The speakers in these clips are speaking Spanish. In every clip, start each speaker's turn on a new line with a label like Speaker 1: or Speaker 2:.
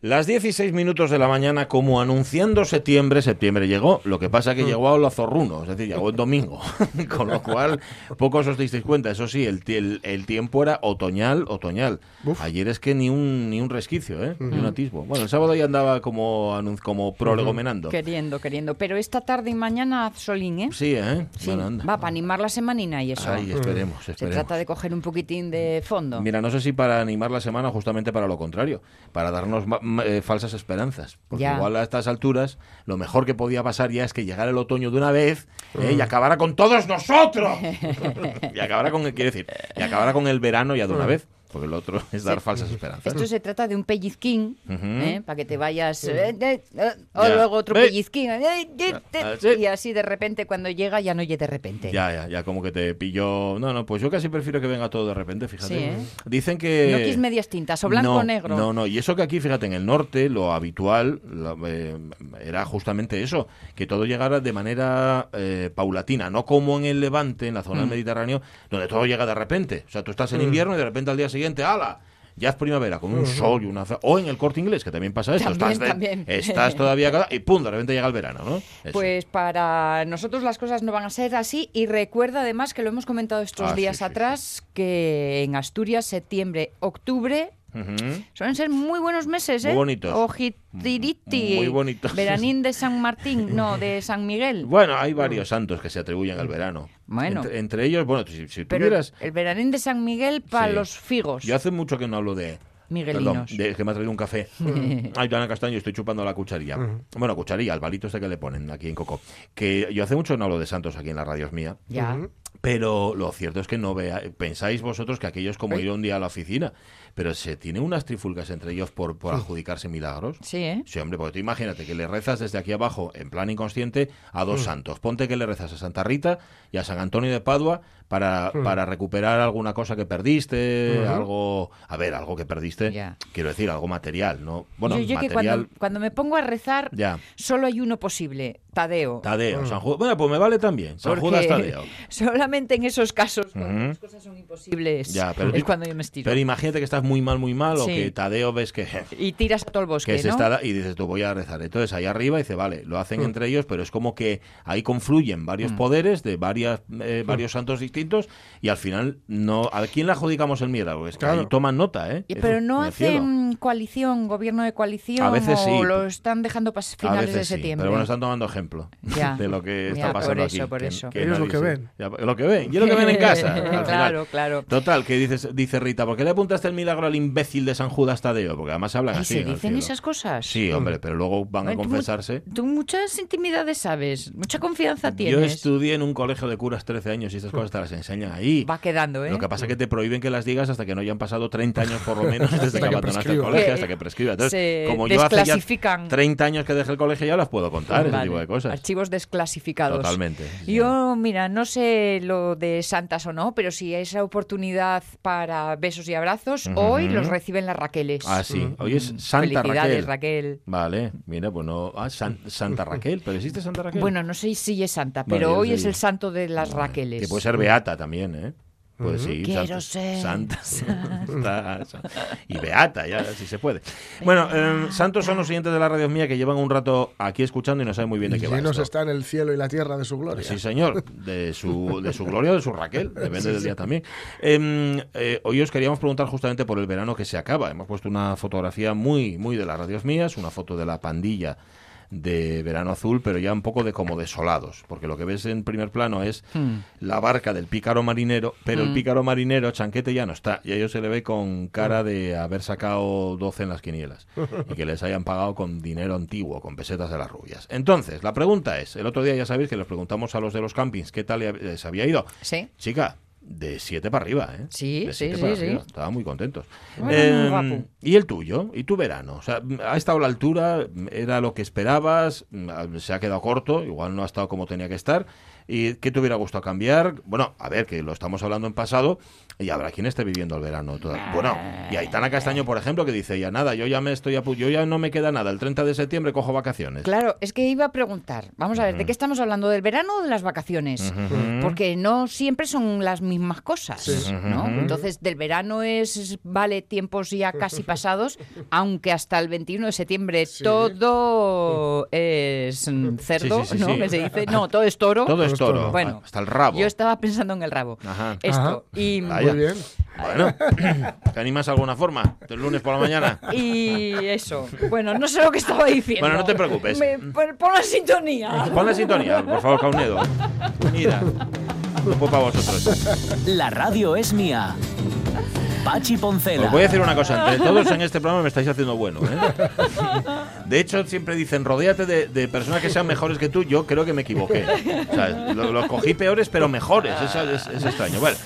Speaker 1: Las 16 minutos de la mañana, como anunciando septiembre, septiembre llegó, lo que pasa
Speaker 2: Mm.
Speaker 1: que llegó a los zorrunos, es decir, llegó el domingo, con lo cual pocos os disteis cuenta, eso sí, el, tie- el- el tiempo era otoñal, otoñal.
Speaker 3: Uf.
Speaker 1: Ayer es que ni un, ni un resquicio, ¿eh? ni un atisbo. Bueno, el sábado ya andaba como, anun- como prolegomenando.
Speaker 2: Queriendo, queriendo. Pero esta tarde y mañana haz solín, ¿eh?
Speaker 1: Sí, ¿eh?
Speaker 2: Sí,
Speaker 1: Bueno, anda.
Speaker 2: va para animar la semanina y eso.
Speaker 1: Ay, esperemos,
Speaker 2: Se
Speaker 1: esperemos.
Speaker 2: trata de coger un poquitín de fondo.
Speaker 1: Mira, no sé si para animar la semana o justamente para lo contrario, para darnos ma- ma- eh, falsas esperanzas. Porque
Speaker 2: Ya.
Speaker 1: igual a estas alturas lo mejor que podía pasar ya es que llegara el otoño de una vez ¿eh? y acabara con todos nosotros. y acabará con, quiero decir, y acabará con el verano ya de una vez. Porque lo otro es dar falsas esperanzas.
Speaker 2: Esto se trata de un pellizquín, para que te vayas, eh, eh, eh, o
Speaker 1: Ya.
Speaker 2: luego otro
Speaker 1: Ve.
Speaker 2: pellizquín, eh, eh, eh,
Speaker 1: Ah, sí.
Speaker 2: y así de repente cuando llega ya no llega de repente.
Speaker 1: Ya, ya, ya como que te pilló. No, no, pues yo casi prefiero que venga todo de repente, fíjate.
Speaker 2: Sí, ¿eh?
Speaker 1: Dicen que.
Speaker 2: No quis medias tintas, o blanco
Speaker 1: No,
Speaker 2: o negro.
Speaker 1: No, no, y eso que aquí, fíjate, en el norte lo habitual la- eh, era justamente eso, que todo llegara de manera eh, paulatina, no como en el levante, en la
Speaker 2: Mm.
Speaker 1: zona del Mediterráneo, donde todo llega de repente. O sea, tú estás en invierno y de repente al día siguiente, ¡ala! Ya es primavera, con un sol y una... fe- O en el corte inglés, que también pasa esto.
Speaker 2: También,
Speaker 1: estás, de-
Speaker 2: también.
Speaker 1: estás todavía... ca- Y pum, de repente llega el verano, ¿no? Eso.
Speaker 2: Pues para nosotros las cosas no van a ser así y recuerda además que lo hemos comentado estos
Speaker 1: Ah, sí,
Speaker 2: días
Speaker 1: sí, sí.
Speaker 2: atrás que en Asturias septiembre, octubre
Speaker 1: Ujú.
Speaker 2: suelen ser muy buenos meses, ¿eh?
Speaker 1: Muy bonitos.
Speaker 2: Ojitiriti.
Speaker 1: Muy bonitos.
Speaker 2: Veranín de San Martín, no, de San Miguel.
Speaker 1: Bueno, hay varios santos que se atribuyen al verano.
Speaker 2: Bueno.
Speaker 1: Entre, entre ellos, bueno, si, si
Speaker 2: Pero
Speaker 1: tuvieras...
Speaker 2: el veranín de San Miguel para
Speaker 1: Sí.
Speaker 2: los figos.
Speaker 1: Yo hace mucho que no hablo de...
Speaker 2: Miguelinos. Mm.
Speaker 1: Perdón, de- es que me ha traído un café. Ay, Joana Castaño, estoy chupando la cucharilla. Bueno, cucharilla, el balito este que le ponen aquí en Coco. Que yo hace mucho no hablo de santos aquí en la radio es mía.
Speaker 2: Ya.
Speaker 1: Pero lo cierto es que no vea, pensáis vosotros que aquello es como ir un día a la oficina. Pero se tiene unas trifulcas entre ellos por, por adjudicarse milagros.
Speaker 2: Sí, ¿eh?
Speaker 1: Sí, hombre, porque tú imagínate que le rezas desde aquí abajo, en plan inconsciente, a dos santos. Ponte que le rezas a Santa Rita y a San Antonio de Padua para, para recuperar alguna cosa que perdiste, algo... A ver, algo que perdiste,
Speaker 2: Ya.
Speaker 1: quiero decir, algo material, ¿no? Bueno,
Speaker 2: yo yo que
Speaker 1: material...
Speaker 2: cuando, cuando me pongo a rezar,
Speaker 1: Ya.
Speaker 2: solo hay uno posible, Tadeo.
Speaker 1: Tadeo, San Judas... Bueno, pues me vale también, San
Speaker 2: Porque
Speaker 1: Judas Tadeo. Mm.
Speaker 2: Solamente en esos casos, cuando las cosas son imposibles,
Speaker 1: Ya, pero
Speaker 2: es
Speaker 1: tú-
Speaker 2: cuando yo me estiro.
Speaker 1: Pero imagínate que estás muy mal, muy mal, o
Speaker 2: Sí.
Speaker 1: que Tadeo ves que...
Speaker 2: Y tiras a todo el bosque,
Speaker 1: que se
Speaker 2: ¿no?
Speaker 1: está da- y dices tú voy a rezar entonces ahí arriba dice vale lo hacen entre ellos pero es como que ahí confluyen varios
Speaker 2: Mm.
Speaker 1: poderes de varias eh, varios santos distintos y al final no a quién le adjudicamos el milagro es que ahí
Speaker 3: Claro.
Speaker 1: toman nota eh
Speaker 2: Y- Pero
Speaker 1: En
Speaker 2: no
Speaker 1: el cielo.
Speaker 2: hacen coalición, gobierno de coalición,
Speaker 1: A veces sí.
Speaker 2: o lo están dejando para
Speaker 1: a
Speaker 2: finales de
Speaker 1: veces sí,
Speaker 2: septiembre.
Speaker 1: pero bueno están tomando ejemplo
Speaker 2: Ya.
Speaker 1: de lo que
Speaker 2: Ya,
Speaker 1: está
Speaker 2: por
Speaker 1: pasando
Speaker 2: eso,
Speaker 1: aquí
Speaker 2: por eso.
Speaker 3: Ellos lo
Speaker 1: nadie
Speaker 3: que
Speaker 1: se-
Speaker 3: ven.
Speaker 1: Ya, lo que ven y es lo que ven en casa al final.
Speaker 2: claro, claro.
Speaker 1: Total, que dices, dice Rita, ¿por qué le apuntaste el milagro al imbécil de San Judas Tadeo? Porque además hablan
Speaker 2: ¿Y
Speaker 1: así.
Speaker 2: se
Speaker 1: en el
Speaker 2: dicen
Speaker 1: cielo.
Speaker 2: esas cosas?
Speaker 1: Sí, hombre, pero luego van a
Speaker 2: Ay, tú mu-
Speaker 1: confesarse.
Speaker 2: Tú, muchas intimidades sabes, mucha confianza
Speaker 1: Yo
Speaker 2: tienes.
Speaker 1: estudié en un colegio de curas 13 años y estas cosas te las enseñan ahí.
Speaker 2: Va quedando, ¿eh?
Speaker 1: Lo que pasa es que te prohíben que las digas hasta que no hayan pasado 30 años por lo menos desde que
Speaker 3: Hasta que
Speaker 1: abandonaste el
Speaker 3: prescriba.
Speaker 1: colegio,
Speaker 2: Que
Speaker 1: hasta que prescriba. Entonces,
Speaker 2: se
Speaker 1: como yo hace ya
Speaker 2: desclasifican.
Speaker 1: 30 años que dejé el colegio, ya las puedo contar, ese
Speaker 2: Vale.
Speaker 1: tipo de cosas.
Speaker 2: Archivos desclasificados.
Speaker 1: Totalmente. sí,
Speaker 2: Yo, mira, no sé lo de santas o no, pero si hay esa oportunidad para besos y abrazos, hoy los reciben las Raqueles.
Speaker 1: señor. Ah, sí. Hoy es Santa
Speaker 2: Mm, Felicidades,
Speaker 1: Raquel.
Speaker 2: Raquel.
Speaker 1: Vale, mira, pues no. Ah, San- Santa Raquel, pero existe ¿Este Santa Raquel.
Speaker 2: Bueno, no sé si es santa,
Speaker 1: Vale,
Speaker 2: pero
Speaker 1: yo
Speaker 2: hoy
Speaker 1: sé
Speaker 2: es
Speaker 1: yo.
Speaker 2: el santo de las Raqueles.
Speaker 1: Que puede ser beata también, ¿eh? Pues sí,
Speaker 2: Quiero ser
Speaker 1: Santa, Santa- Santa- y Beata, ya si se puede. Bueno, eh, santos son los siguientes de la radio mía que llevan un rato aquí escuchando y no saben muy bien de qué va.
Speaker 3: Llenos
Speaker 1: esto.
Speaker 3: está en el cielo y la tierra de su gloria.
Speaker 1: Pues Sí, señor, de su, de su gloria o de su Raquel, depende del día también. Em, eh, hoy os queríamos preguntar justamente por el verano que se acaba. Hemos puesto una fotografía muy, muy de las radios mías, una foto de la pandilla de verano azul, pero ya un poco de como desolados, porque lo que ves en primer plano es la barca del pícaro marinero, pero el pícaro marinero, Chanquete, ya no está, y a ellos se le ve con cara de haber sacado 12 en las quinielas y que les hayan pagado con dinero antiguo, con pesetas de las rubias. Entonces, la pregunta es, el otro día ya sabéis que les preguntamos a los de los campings qué tal les había ido.
Speaker 2: Sí.
Speaker 1: Chica, de 7 para arriba, ¿eh?
Speaker 2: Sí,
Speaker 1: De
Speaker 2: sí,
Speaker 1: siete
Speaker 2: sí,
Speaker 1: para
Speaker 2: sí.
Speaker 1: arriba. Estaban muy contentos.
Speaker 2: Bueno,
Speaker 1: Eh,
Speaker 2: guapo.
Speaker 1: ¿Y el tuyo? ¿Y tu verano? O sea, ¿ha estado a la altura? ¿Era lo que esperabas? ¿Se ha quedado corto? Igual no ha estado como tenía que estar. ¿Y qué te hubiera gustado cambiar? Bueno, a ver, que lo estamos hablando en pasado y habrá quien esté viviendo el verano. toda- Bueno, y Aitana Castaño, por ejemplo, que dice, ya nada, yo ya me estoy apu- yo ya no me queda nada, el 30 de septiembre cojo vacaciones.
Speaker 2: Claro, es que iba a preguntar, vamos a ver, ¿de qué estamos hablando? ¿Del verano o de las vacaciones?
Speaker 1: Ujú.
Speaker 2: Porque no siempre son las mismas cosas,
Speaker 3: Sí.
Speaker 2: ¿no?
Speaker 1: Ujú.
Speaker 2: Entonces, del verano es, vale, tiempos ya casi pasados, aunque hasta el 21 de septiembre
Speaker 3: Sí.
Speaker 2: todo es mm, cerdo,
Speaker 1: Sí, sí, sí,
Speaker 2: ¿no?
Speaker 1: sí.
Speaker 2: Que se dice, no, todo es toro.
Speaker 1: Todo es toro,
Speaker 2: Bueno.
Speaker 1: hasta el rabo.
Speaker 2: Yo estaba pensando en el rabo.
Speaker 1: Ajá.
Speaker 2: Esto.
Speaker 3: Ajá.
Speaker 2: Y,
Speaker 1: Vaya.
Speaker 3: Muy bien.
Speaker 1: Bueno, ¿te animas de alguna forma? ¿El lunes por la mañana?
Speaker 2: y eso. Bueno, no sé lo que estaba diciendo.
Speaker 1: Bueno, no te preocupes.
Speaker 2: Me- pon pon la sintonía.
Speaker 1: Pon la sintonía, por favor, Caunedo. Mira, lo puedo para vosotros.
Speaker 4: La radio es mía. Pachi Poncela.
Speaker 1: Os voy a decir una cosa, entre todos en este programa me estáis haciendo bueno. ¿eh? De hecho, siempre dicen, rodéate de, de personas que sean mejores que tú. Yo creo que me equivoqué. O sea, lo- los cogí peores, pero mejores. Eso es, es extraño. Vale.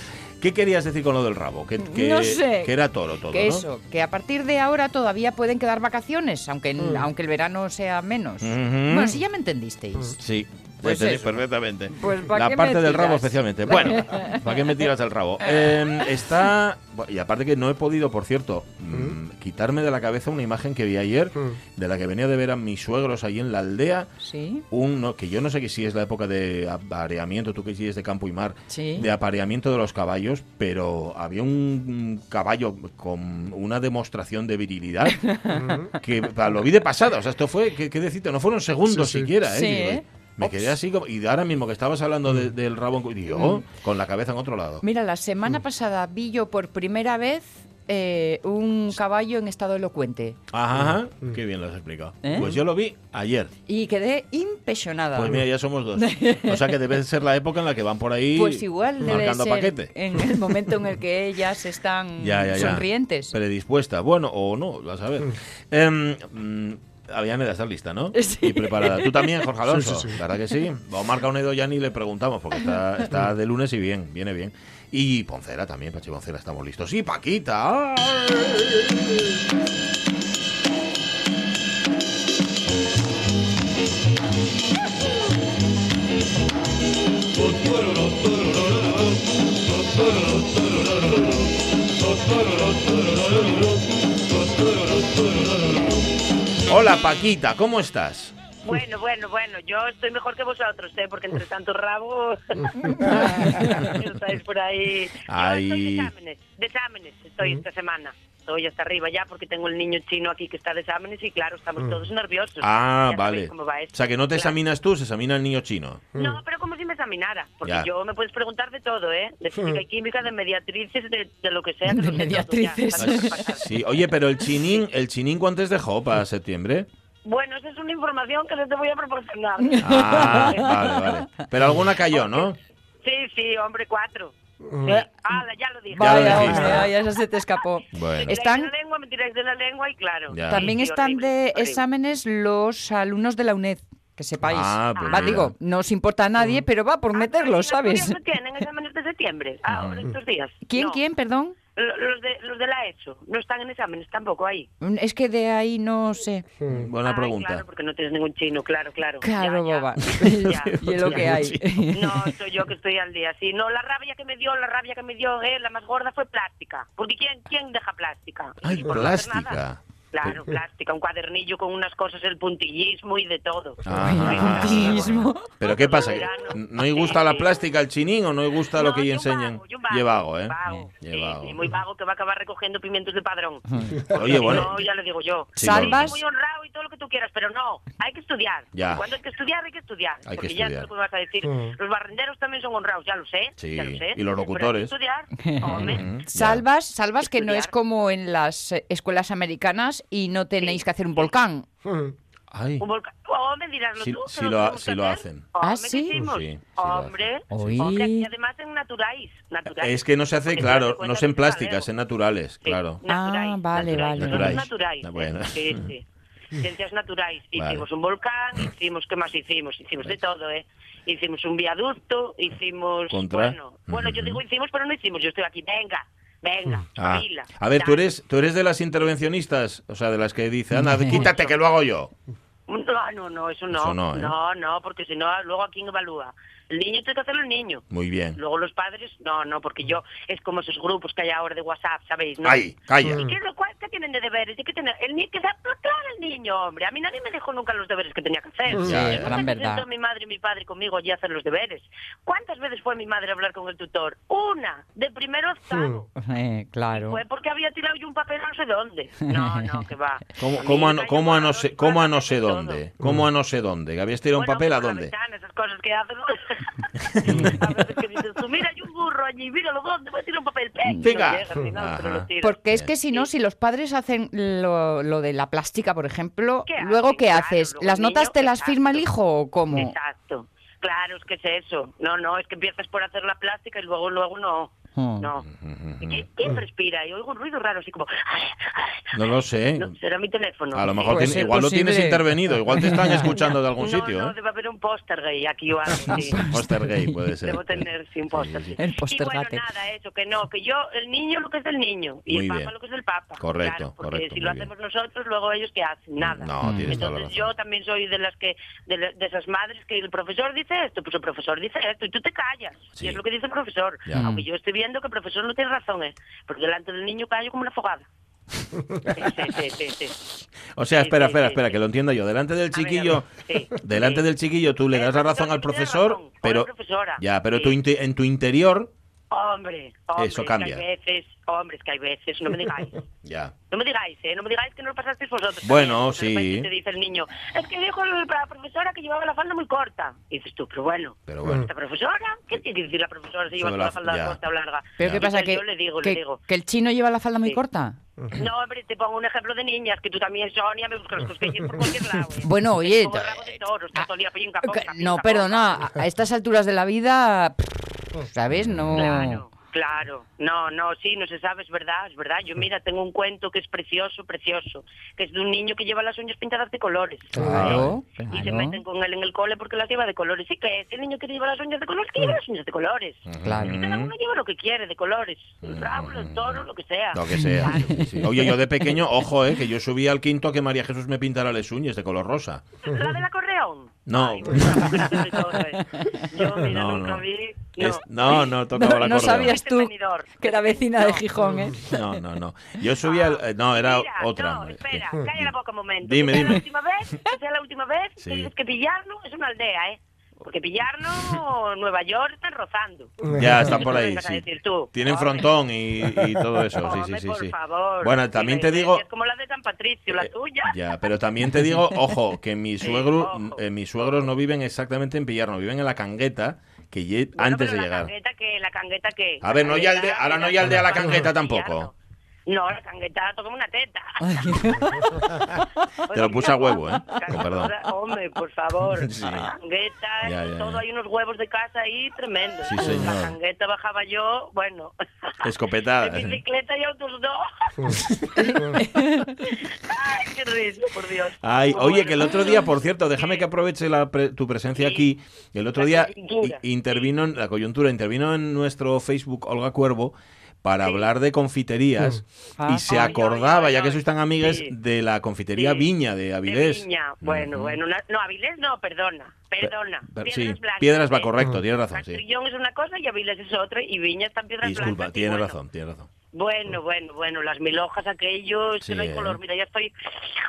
Speaker 1: ¿Qué querías decir con lo del rabo? Que, que-
Speaker 2: No sé.
Speaker 1: que era toro todo,
Speaker 2: que
Speaker 1: ¿no?
Speaker 2: eso, que a partir de ahora todavía pueden quedar vacaciones, aunque,
Speaker 1: Mm.
Speaker 2: aunque el verano sea menos.
Speaker 1: Ujú.
Speaker 2: Bueno, si ya me entendisteis.
Speaker 1: Sí,
Speaker 2: Pues
Speaker 1: te entendí
Speaker 2: eso.
Speaker 1: perfectamente.
Speaker 2: Pues, ¿pa'
Speaker 1: la
Speaker 2: qué
Speaker 1: parte
Speaker 2: me
Speaker 1: del rabo
Speaker 2: tiras?
Speaker 1: especialmente. Bueno, ¿para qué me tiras del rabo? Eh, está... Y aparte que no he podido, por cierto, mm, quitarme de la cabeza una imagen que vi ayer,
Speaker 3: Mm.
Speaker 1: de la que venía de ver a mis suegros allí en la aldea.
Speaker 2: Sí.
Speaker 1: Un, no, que yo no sé que si es la época de apareamiento, tú que si es de campo y mar,
Speaker 2: Sí.
Speaker 1: de apareamiento de los caballos, pero había un caballo con una demostración de virilidad que pa, lo vi de pasada. O sea, esto fue, qué, qué decirte, no fueron segundos
Speaker 3: Sí, sí.
Speaker 1: siquiera. ¿eh?
Speaker 2: Sí,
Speaker 1: Digo,
Speaker 2: ¿eh?
Speaker 1: Me
Speaker 2: Ops. Mm.
Speaker 1: quedé así como, y ahora mismo que estabas hablando
Speaker 3: Mm.
Speaker 1: de- del rabo, en cu- digo, oh, con la cabeza en otro lado.
Speaker 2: Mira, la
Speaker 1: Mm.
Speaker 2: semana pasada vi yo por primera vez eh, un caballo en estado elocuente
Speaker 1: Ajá,
Speaker 3: Mm.
Speaker 1: qué bien lo has explicado.
Speaker 2: ¿Eh?
Speaker 1: Pues yo lo vi ayer.
Speaker 2: y quedé impresionada.
Speaker 1: Pues mira, ya somos dos. O sea que debe ser la época en la que van por ahí
Speaker 2: Pues igual debe
Speaker 1: marcando
Speaker 2: ser
Speaker 1: paquete.
Speaker 2: en el momento en el que ellas están
Speaker 1: Ya, ya, ya.
Speaker 2: sonrientes.
Speaker 1: Predispuesta, bueno, o no, vas a ver. Em, mm, Avianeda, estás lista, ¿no?
Speaker 2: Sí.
Speaker 1: Y preparada. Tú también, Jorge Alonso.
Speaker 3: sí, sí.
Speaker 1: ¿Verdad que sí? Vamos a marcar un Edo ya ni le preguntamos, porque está, está de lunes y bien, viene bien. Y Poncera también, Pachi Poncera, estamos listos. Y Paquita. Hola, Paquita, ¿cómo estás?
Speaker 5: Bueno, bueno, bueno, yo estoy mejor que vosotros, ¿eh? porque entre tanto rabo estáis por ahí. Yo
Speaker 1: Ay.
Speaker 5: estoy de exámenes, de exámenes estoy esta semana. Estoy hasta arriba ya porque tengo el niño chino aquí que está de exámenes y claro, estamos todos nerviosos.
Speaker 1: Mm. Ah,
Speaker 5: Ya sabéis
Speaker 1: vale.
Speaker 5: cómo va
Speaker 1: O
Speaker 5: esto.
Speaker 1: sea, que no te
Speaker 5: Claro.
Speaker 1: examinas tú, se examina el niño chino.
Speaker 3: Mm.
Speaker 5: No, pero como si me examinara, porque
Speaker 1: Ya. Mm.
Speaker 5: yo me puedes preguntar de todo, ¿eh? De física y química, de mediatrices, de, de lo que sea.
Speaker 2: De
Speaker 5: te lo sé todo, ya,
Speaker 2: mediatrices.
Speaker 5: ¿sabes qué pasa?
Speaker 1: Sí, oye, pero el chinín, el chinín, ¿cuánto es dejó para septiembre?
Speaker 5: Bueno, esa es una información que no te voy a proporcionar.
Speaker 1: Ah, vale, vale. Pero alguna cayó, ¿no?
Speaker 5: Sí, sí, hombre, cuatro. Ah, ya lo dije.
Speaker 1: Mm. Ya lo
Speaker 2: Vaya,
Speaker 1: dijiste.
Speaker 2: hombre, vaya, ya se te escapó.
Speaker 1: Bueno.
Speaker 5: Me tiráis
Speaker 2: Están
Speaker 5: de la lengua, me tiráis de la lengua y claro.
Speaker 1: Ya.
Speaker 2: También
Speaker 5: Sí,
Speaker 2: están
Speaker 5: horrible,
Speaker 2: de
Speaker 5: horrible.
Speaker 2: exámenes los alumnos de la UNED, que sepáis.
Speaker 1: Ah, pues
Speaker 2: va,
Speaker 1: mira. Mm.
Speaker 2: digo, no os importa a nadie, pero va por
Speaker 5: Ah,
Speaker 2: meterlo,
Speaker 5: pero en Asturias
Speaker 2: ¿sabes?
Speaker 5: no tienen exámenes de septiembre,
Speaker 1: Ah,
Speaker 5: ahora estos días.
Speaker 2: ¿Quién,
Speaker 5: No.
Speaker 2: quién, perdón?
Speaker 5: Lo- Los de, los de la ESO, no están en exámenes tampoco ahí.
Speaker 2: Mm, Es que de ahí no sé.
Speaker 1: Buena
Speaker 5: Ay,
Speaker 1: pregunta.
Speaker 5: Claro, porque no tienes ningún chino, claro, claro.
Speaker 2: Claro,
Speaker 5: Ya, ya.
Speaker 2: boba.
Speaker 5: Ya.
Speaker 2: y es lo que hay.
Speaker 5: No, soy yo que estoy al día. Sí, no, la rabia que me dio, la rabia que me dio, eh, la más gorda fue plástica. Porque ¿quién, quién deja plástica?
Speaker 1: Ay,
Speaker 5: Por no hacer
Speaker 1: plástica.
Speaker 5: nada. Claro, plástica, un cuadernillo con unas cosas, el puntillismo y de todo.
Speaker 1: Ah.
Speaker 2: Puntillismo.
Speaker 1: Pero ¿qué pasa? ¿Que
Speaker 5: Verano.
Speaker 1: ¿No le gusta la
Speaker 5: Sí.
Speaker 1: plástica al chinín o no le gusta lo
Speaker 5: No,
Speaker 1: que le
Speaker 5: yo
Speaker 1: enseñan?
Speaker 5: vago, yo vago,
Speaker 1: Lleva vago, ¿eh?
Speaker 5: vago.
Speaker 1: Lle
Speaker 5: Sí,
Speaker 1: vago.
Speaker 5: sí, muy vago que va a acabar recogiendo pimientos de padrón.
Speaker 1: Oye, bueno.
Speaker 5: No, ya lo digo yo.
Speaker 1: Sí,
Speaker 2: Salvas-
Speaker 5: Muy honrado y todo lo que tú quieras, pero no, hay que estudiar.
Speaker 1: Ya.
Speaker 5: Cuando hay que estudiar, hay que estudiar.
Speaker 1: Hay que
Speaker 5: porque
Speaker 1: estudiar.
Speaker 5: ya es lo que me vas a decir.
Speaker 3: Mm.
Speaker 5: Los barrenderos también son honrados, ya lo sé.
Speaker 1: Sí,
Speaker 5: ya lo sé.
Speaker 1: y los locutores.
Speaker 5: Pero hay que estudiar, hombre.
Speaker 1: Ujú, ya.
Speaker 2: Salvas, salvas que no es
Speaker 5: Estudiar.
Speaker 2: como en las eh, escuelas americanas y no tenéis que hacer un volcán.
Speaker 5: Ah,
Speaker 1: Ay.
Speaker 5: Un volcán. Hombre, diráslo
Speaker 1: Sí-
Speaker 5: tú. oh,
Speaker 1: sí
Speaker 5: que
Speaker 1: lo ha-
Speaker 5: tenemos
Speaker 1: sí
Speaker 5: que
Speaker 1: lo
Speaker 5: hacer.
Speaker 1: hacen.
Speaker 5: Hombre,
Speaker 2: ¿Ah,
Speaker 5: ¿qué
Speaker 2: sí?
Speaker 5: hicimos?
Speaker 1: Sí, sí lo hacen.
Speaker 5: hombre.
Speaker 2: Oí.
Speaker 5: hombre, y además en naturais. naturais.
Speaker 1: Es que no se hace,
Speaker 5: Porque te
Speaker 1: claro,
Speaker 5: das
Speaker 1: no es
Speaker 5: cuenta
Speaker 1: en
Speaker 5: que
Speaker 1: plásticas,
Speaker 5: galego.
Speaker 1: en naturales,
Speaker 5: Sí,
Speaker 1: claro.
Speaker 2: Ah, vale, vale.
Speaker 5: Naturais.
Speaker 1: Naturais.
Speaker 5: naturais,
Speaker 1: Ah, bueno.
Speaker 5: Sí, sí. Ciencias naturais.
Speaker 1: Vale. Pues.
Speaker 5: Hicimos un volcán, hicimos, ¿qué más hicimos? Hicimos de todo, ¿eh? Hicimos un viaducto, hicimos...
Speaker 1: Contra.
Speaker 5: Bueno, bueno, yo
Speaker 1: Ujú.
Speaker 5: digo hicimos, pero no hicimos. Yo estoy aquí, venga, venga,
Speaker 1: Ah.
Speaker 5: pila.
Speaker 1: A ver, tú
Speaker 5: tal.
Speaker 1: eres, tú eres de las intervencionistas, o sea, de las que dice, anda, quítate que lo hago yo.
Speaker 5: No, Ah, no, no, eso no.
Speaker 1: Eso no, ¿eh?
Speaker 5: no, no, porque si no, luego a quién evalúa. El niño tiene que hacerlo el niño.
Speaker 1: Muy bien.
Speaker 5: Luego los padres, no, no, porque yo, es como esos grupos que hay ahora de WhatsApp, ¿sabéis? ¿no?
Speaker 1: Ay, calla.
Speaker 5: ¿Y qué, lo cual, qué tienen de deberes? Hay que tener, el niño que se explotar el niño, hombre. A mí nadie me dejó nunca los deberes que tenía que hacer.
Speaker 2: Mm,
Speaker 3: Ya,
Speaker 5: Nunca
Speaker 1: ya. ¿eh?
Speaker 2: Gran
Speaker 5: se
Speaker 2: verdad.
Speaker 5: sentó mi madre y mi padre conmigo allí a hacer los deberes. ¿Cuántas veces fue mi madre a hablar con el tutor? Una, de primero a octavo.
Speaker 2: Eh, claro.
Speaker 5: Fue porque había tirado yo un papel no sé dónde. No, no, que va.
Speaker 1: ¿Cómo,
Speaker 5: mí
Speaker 1: cómo a,
Speaker 5: me
Speaker 1: no,
Speaker 5: cayó
Speaker 1: cómo a
Speaker 5: mal
Speaker 1: no
Speaker 5: los
Speaker 1: sé,
Speaker 5: padres
Speaker 1: cómo a no sé
Speaker 5: de todo.
Speaker 1: dónde? ¿Cómo a no sé dónde? ¿Que habías tirado un
Speaker 5: Bueno,
Speaker 1: papel a
Speaker 5: por la
Speaker 1: dónde?
Speaker 5: ventana, esas cosas que hacen. a veces que dices tú, mira, hay un burro allí, míralo dónde, voy a tirar un papel. Pe, y lo
Speaker 1: Venga.
Speaker 5: llegas, y nada, pero lo
Speaker 1: Ajá.
Speaker 5: tiras.
Speaker 2: Porque es que si no, si los padres hacen lo, lo de la plástica, por ejemplo,
Speaker 5: ¿Qué
Speaker 2: luego
Speaker 5: hacen?
Speaker 2: ¿qué
Speaker 5: Claro,
Speaker 2: haces?
Speaker 5: luego
Speaker 2: ¿Las
Speaker 5: el niño,
Speaker 2: notas te las
Speaker 5: exacto.
Speaker 2: firma el hijo o cómo?
Speaker 5: Exacto. Claro, es que es eso. No, no, es que empiezas por hacer la plástica y luego, luego no.
Speaker 2: Hmm.
Speaker 5: No. ¿Y
Speaker 1: Mm.
Speaker 5: ¿Quién, quién respira? Y oigo un ruido raro, así como...
Speaker 1: No lo sé.
Speaker 5: No, será mi teléfono.
Speaker 1: A lo mejor
Speaker 2: Puede
Speaker 1: tiene-
Speaker 2: ser
Speaker 1: igual lo tienes
Speaker 2: posible.
Speaker 1: intervenido, igual te están escuchando de algún
Speaker 5: Pues no,
Speaker 1: sitio.
Speaker 5: No,
Speaker 1: ¿eh?
Speaker 5: debe haber un póster gay aquí o algo. Sí.
Speaker 1: Póster gay puede ser.
Speaker 5: Debo tener Pues, sí, un póster. sí.
Speaker 2: El póster
Speaker 5: y bueno,
Speaker 2: gate.
Speaker 5: nada, eso, que no, que yo, el niño lo que es el niño y
Speaker 1: Muy
Speaker 5: el papa
Speaker 1: bien.
Speaker 5: lo que es el papa.
Speaker 1: Correcto,
Speaker 5: claro, porque
Speaker 1: correcto,
Speaker 5: si lo
Speaker 1: muy bien.
Speaker 5: hacemos nosotros, luego ellos que hacen nada.
Speaker 1: No, tienes toda la
Speaker 5: Entonces
Speaker 1: razón.
Speaker 5: yo también soy de las que de, la- de esas madres que el profesor dice esto, pues el profesor dice esto y tú te callas.
Speaker 1: Sí.
Speaker 5: Y es lo que dice el profesor.
Speaker 1: Ya.
Speaker 5: Aunque yo estoy viendo que el profesor no tiene razón, ¿eh? porque delante del niño callo como una fogada. Sí, sí, sí, sí, sí.
Speaker 1: O sea,
Speaker 5: Sí,
Speaker 1: espera,
Speaker 5: sí,
Speaker 1: espera,
Speaker 5: sí,
Speaker 1: espera,
Speaker 5: sí.
Speaker 1: que lo entienda yo. Delante del
Speaker 5: A ver, a
Speaker 1: chiquillo,
Speaker 5: ver, sí,
Speaker 1: delante
Speaker 5: sí.
Speaker 1: del chiquillo tú le
Speaker 5: El
Speaker 1: das la
Speaker 5: profesor
Speaker 1: razón al
Speaker 5: tiene
Speaker 1: profesor,
Speaker 5: razón, o la
Speaker 1: pero
Speaker 5: profesora.
Speaker 1: ya, pero
Speaker 5: Sí.
Speaker 1: tú inte- en tu interior,
Speaker 5: Hombre, hombre,
Speaker 1: Eso
Speaker 5: es
Speaker 1: cambia.
Speaker 5: Que hay veces, hombre, es que hay veces, no me digáis.
Speaker 1: ya.
Speaker 5: No me digáis, ¿eh? No me digáis que no lo pasasteis vosotros. pues,
Speaker 1: Bueno,
Speaker 5: Porque de
Speaker 1: sí.
Speaker 5: repente Te dice el niño, es que dijo el- la profesora que llevaba la falda muy corta. Y dices tú, pero bueno,
Speaker 1: Pero bueno.
Speaker 5: ¿esta profesora? ¿Qué tiene que decir la profesora si lleva
Speaker 1: Sobre
Speaker 5: toda la
Speaker 1: la-
Speaker 5: falda
Speaker 1: ya.
Speaker 5: corta o larga?
Speaker 2: ¿Pero qué
Speaker 1: Ya.
Speaker 2: pasa?
Speaker 5: Entonces
Speaker 2: ¿Que,
Speaker 5: Yo le digo,
Speaker 2: que-
Speaker 5: le digo.
Speaker 2: que el chino lleva la falda muy
Speaker 5: Sí.
Speaker 2: corta?
Speaker 5: No, hombre, te pongo un ejemplo de niñas, que tú también, Sonia, me buscas los cosquillas por cualquier lado. ¿eh?
Speaker 2: Bueno, oye...
Speaker 5: Es como el
Speaker 2: to-
Speaker 5: rabo de toros,
Speaker 2: ah,
Speaker 5: Sonia, pinca, ponga,
Speaker 2: que-
Speaker 5: pinca,
Speaker 2: no,
Speaker 5: ponga.
Speaker 2: perdona, a- a estas alturas de la vida, pff, ¿sabes? No...
Speaker 5: Claro, claro. No, no, sí, no se sabe, es verdad, es verdad. Yo, mira, tengo un cuento que es precioso, precioso, que es de un niño que lleva las uñas pintadas de colores.
Speaker 2: Claro,
Speaker 1: Ah,
Speaker 2: claro.
Speaker 5: Y se meten con él en el cole porque las lleva de colores. ¿Y qué es? El niño que lleva las uñas de colores,
Speaker 1: Mm.
Speaker 5: que lleva las uñas de colores.
Speaker 2: Claro.
Speaker 5: Y cada uno lleva lo que quiere, de colores. El rabo, el toro, lo que sea.
Speaker 1: Mm, Lo que sea.
Speaker 5: Claro.
Speaker 1: sí, sí. Oye, yo de pequeño, ojo, eh, que yo subí al quinto a que María Jesús me pintara las uñas de color rosa.
Speaker 5: ¿La del acordeón?
Speaker 1: No.
Speaker 5: Ay, pues, tampoco es de colores. Yo, mira,
Speaker 1: No,
Speaker 5: nunca
Speaker 1: no.
Speaker 5: vi... No.
Speaker 1: Es- No, no, tocaba
Speaker 2: No,
Speaker 1: la
Speaker 2: no sabías tú
Speaker 5: Venidor.
Speaker 2: que era vecina de
Speaker 5: No.
Speaker 2: Gijón, ¿eh?
Speaker 1: No, no, no. Yo subí al. eh, No, era
Speaker 5: Mira,
Speaker 1: otra.
Speaker 5: No,
Speaker 1: madre.
Speaker 5: espera,
Speaker 1: Bien.
Speaker 5: calla la boca un momento.
Speaker 1: Dime,
Speaker 5: que sea
Speaker 1: dime.
Speaker 5: La última vez, que sea la última vez
Speaker 1: Sí.
Speaker 5: que dices que Pillarno es una aldea, ¿eh? Porque Pillarno, Nueva York, están rozando.
Speaker 1: Ya, están por
Speaker 5: Eso
Speaker 1: ahí,
Speaker 5: vengas a
Speaker 1: sí.
Speaker 5: decir tú. Ah,
Speaker 1: Tienen
Speaker 5: Hombre.
Speaker 1: frontón y, y todo eso, sí,
Speaker 5: Hombre,
Speaker 1: sí, sí,
Speaker 5: por
Speaker 1: sí.
Speaker 5: favor.
Speaker 1: Bueno,
Speaker 5: Sí,
Speaker 1: también
Speaker 5: la
Speaker 1: te
Speaker 5: iglesia
Speaker 1: digo... Eh,
Speaker 5: Es como la de San Patricio, la tuya.
Speaker 1: Ya, pero también te digo, ojo, que mis,
Speaker 5: Sí,
Speaker 1: suegro,
Speaker 5: ojo.
Speaker 1: eh, mis suegros no viven exactamente en Villarno, viven en la cangueta, que ye-
Speaker 5: Bueno,
Speaker 1: antes
Speaker 5: pero
Speaker 1: de
Speaker 5: la
Speaker 1: llegar.
Speaker 5: Cangueta, que, la cangueta que...
Speaker 1: A ver, no ya alde- ahora no ya aldea la
Speaker 5: cangueta
Speaker 1: cangueta tampoco.
Speaker 5: No, la cangueta toca una teta.
Speaker 1: Te lo puse a huevo, ¿eh? Con
Speaker 5: Cangueta,
Speaker 1: perdón.
Speaker 5: Hombre, por favor.
Speaker 1: Sí.
Speaker 5: Cangueta,
Speaker 1: Ya, ya,
Speaker 5: todo,
Speaker 1: ya.
Speaker 5: hay unos huevos de casa ahí tremendos.
Speaker 1: Sí, señor. Ah,
Speaker 5: La cangueta bajaba yo, bueno.
Speaker 1: Escopetada.
Speaker 5: En bicicleta y otros dos. Ay, qué risa, por Dios.
Speaker 1: Ay, oye, que el otro día, por
Speaker 5: Sí.
Speaker 1: cierto, déjame que aproveche la pre- tu presencia
Speaker 5: Sí.
Speaker 1: aquí. El otro
Speaker 5: La
Speaker 1: día
Speaker 5: coyuntura.
Speaker 1: i- intervino, en, la coyuntura, intervino en nuestro Facebook Olga Cuervo para hablar de confiterías
Speaker 2: Ah.
Speaker 1: y se
Speaker 5: Ay,
Speaker 1: acordaba,
Speaker 5: ay,
Speaker 1: ya que
Speaker 5: ay.
Speaker 1: sois tan amigas,
Speaker 5: Sí.
Speaker 1: de la confitería
Speaker 5: Sí.
Speaker 1: Viña de Avilés.
Speaker 5: De Viña. Bueno, bueno, una- no, Avilés no, perdona, perdona.
Speaker 1: Pe-
Speaker 5: piedras
Speaker 1: sí,
Speaker 5: blancas.
Speaker 1: piedras va
Speaker 5: ¿eh?
Speaker 1: correcto, tienes razón, sí.
Speaker 5: Castrillón es una cosa y Avilés es otra y Viña está en piedras
Speaker 1: Disculpa,
Speaker 5: blancas. y
Speaker 1: tienes
Speaker 5: bueno.
Speaker 1: razón, tienes razón.
Speaker 5: Bueno, bueno, bueno, las mil hojas aquellos, que
Speaker 1: Sí,
Speaker 5: no hay
Speaker 1: ¿eh?
Speaker 5: color, mira, ya estoy...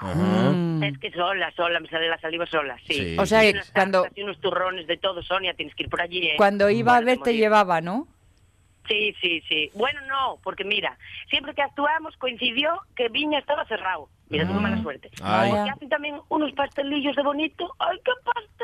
Speaker 1: Ajá.
Speaker 5: Mm. Es que sola, sola, me sale la saliva sola, sí.
Speaker 1: Sí.
Speaker 2: O sea,
Speaker 5: Y
Speaker 2: que
Speaker 5: unas
Speaker 2: cuando,
Speaker 5: tartas y unos turrones de todo, Sonia, tienes que ir por allí, ¿eh?
Speaker 2: cuando iba a
Speaker 5: Bueno,
Speaker 2: ver te
Speaker 5: morir.
Speaker 2: llevaba, ¿no?
Speaker 5: Sí, sí, sí. Bueno, no, porque mira, siempre que actuamos coincidió que Viña estaba cerrado. Mira, tuve
Speaker 1: Mm.
Speaker 5: mala suerte.
Speaker 1: Ay.
Speaker 5: Porque hacen también unos pastelillos de bonito. ¡Ay, qué pastelillos!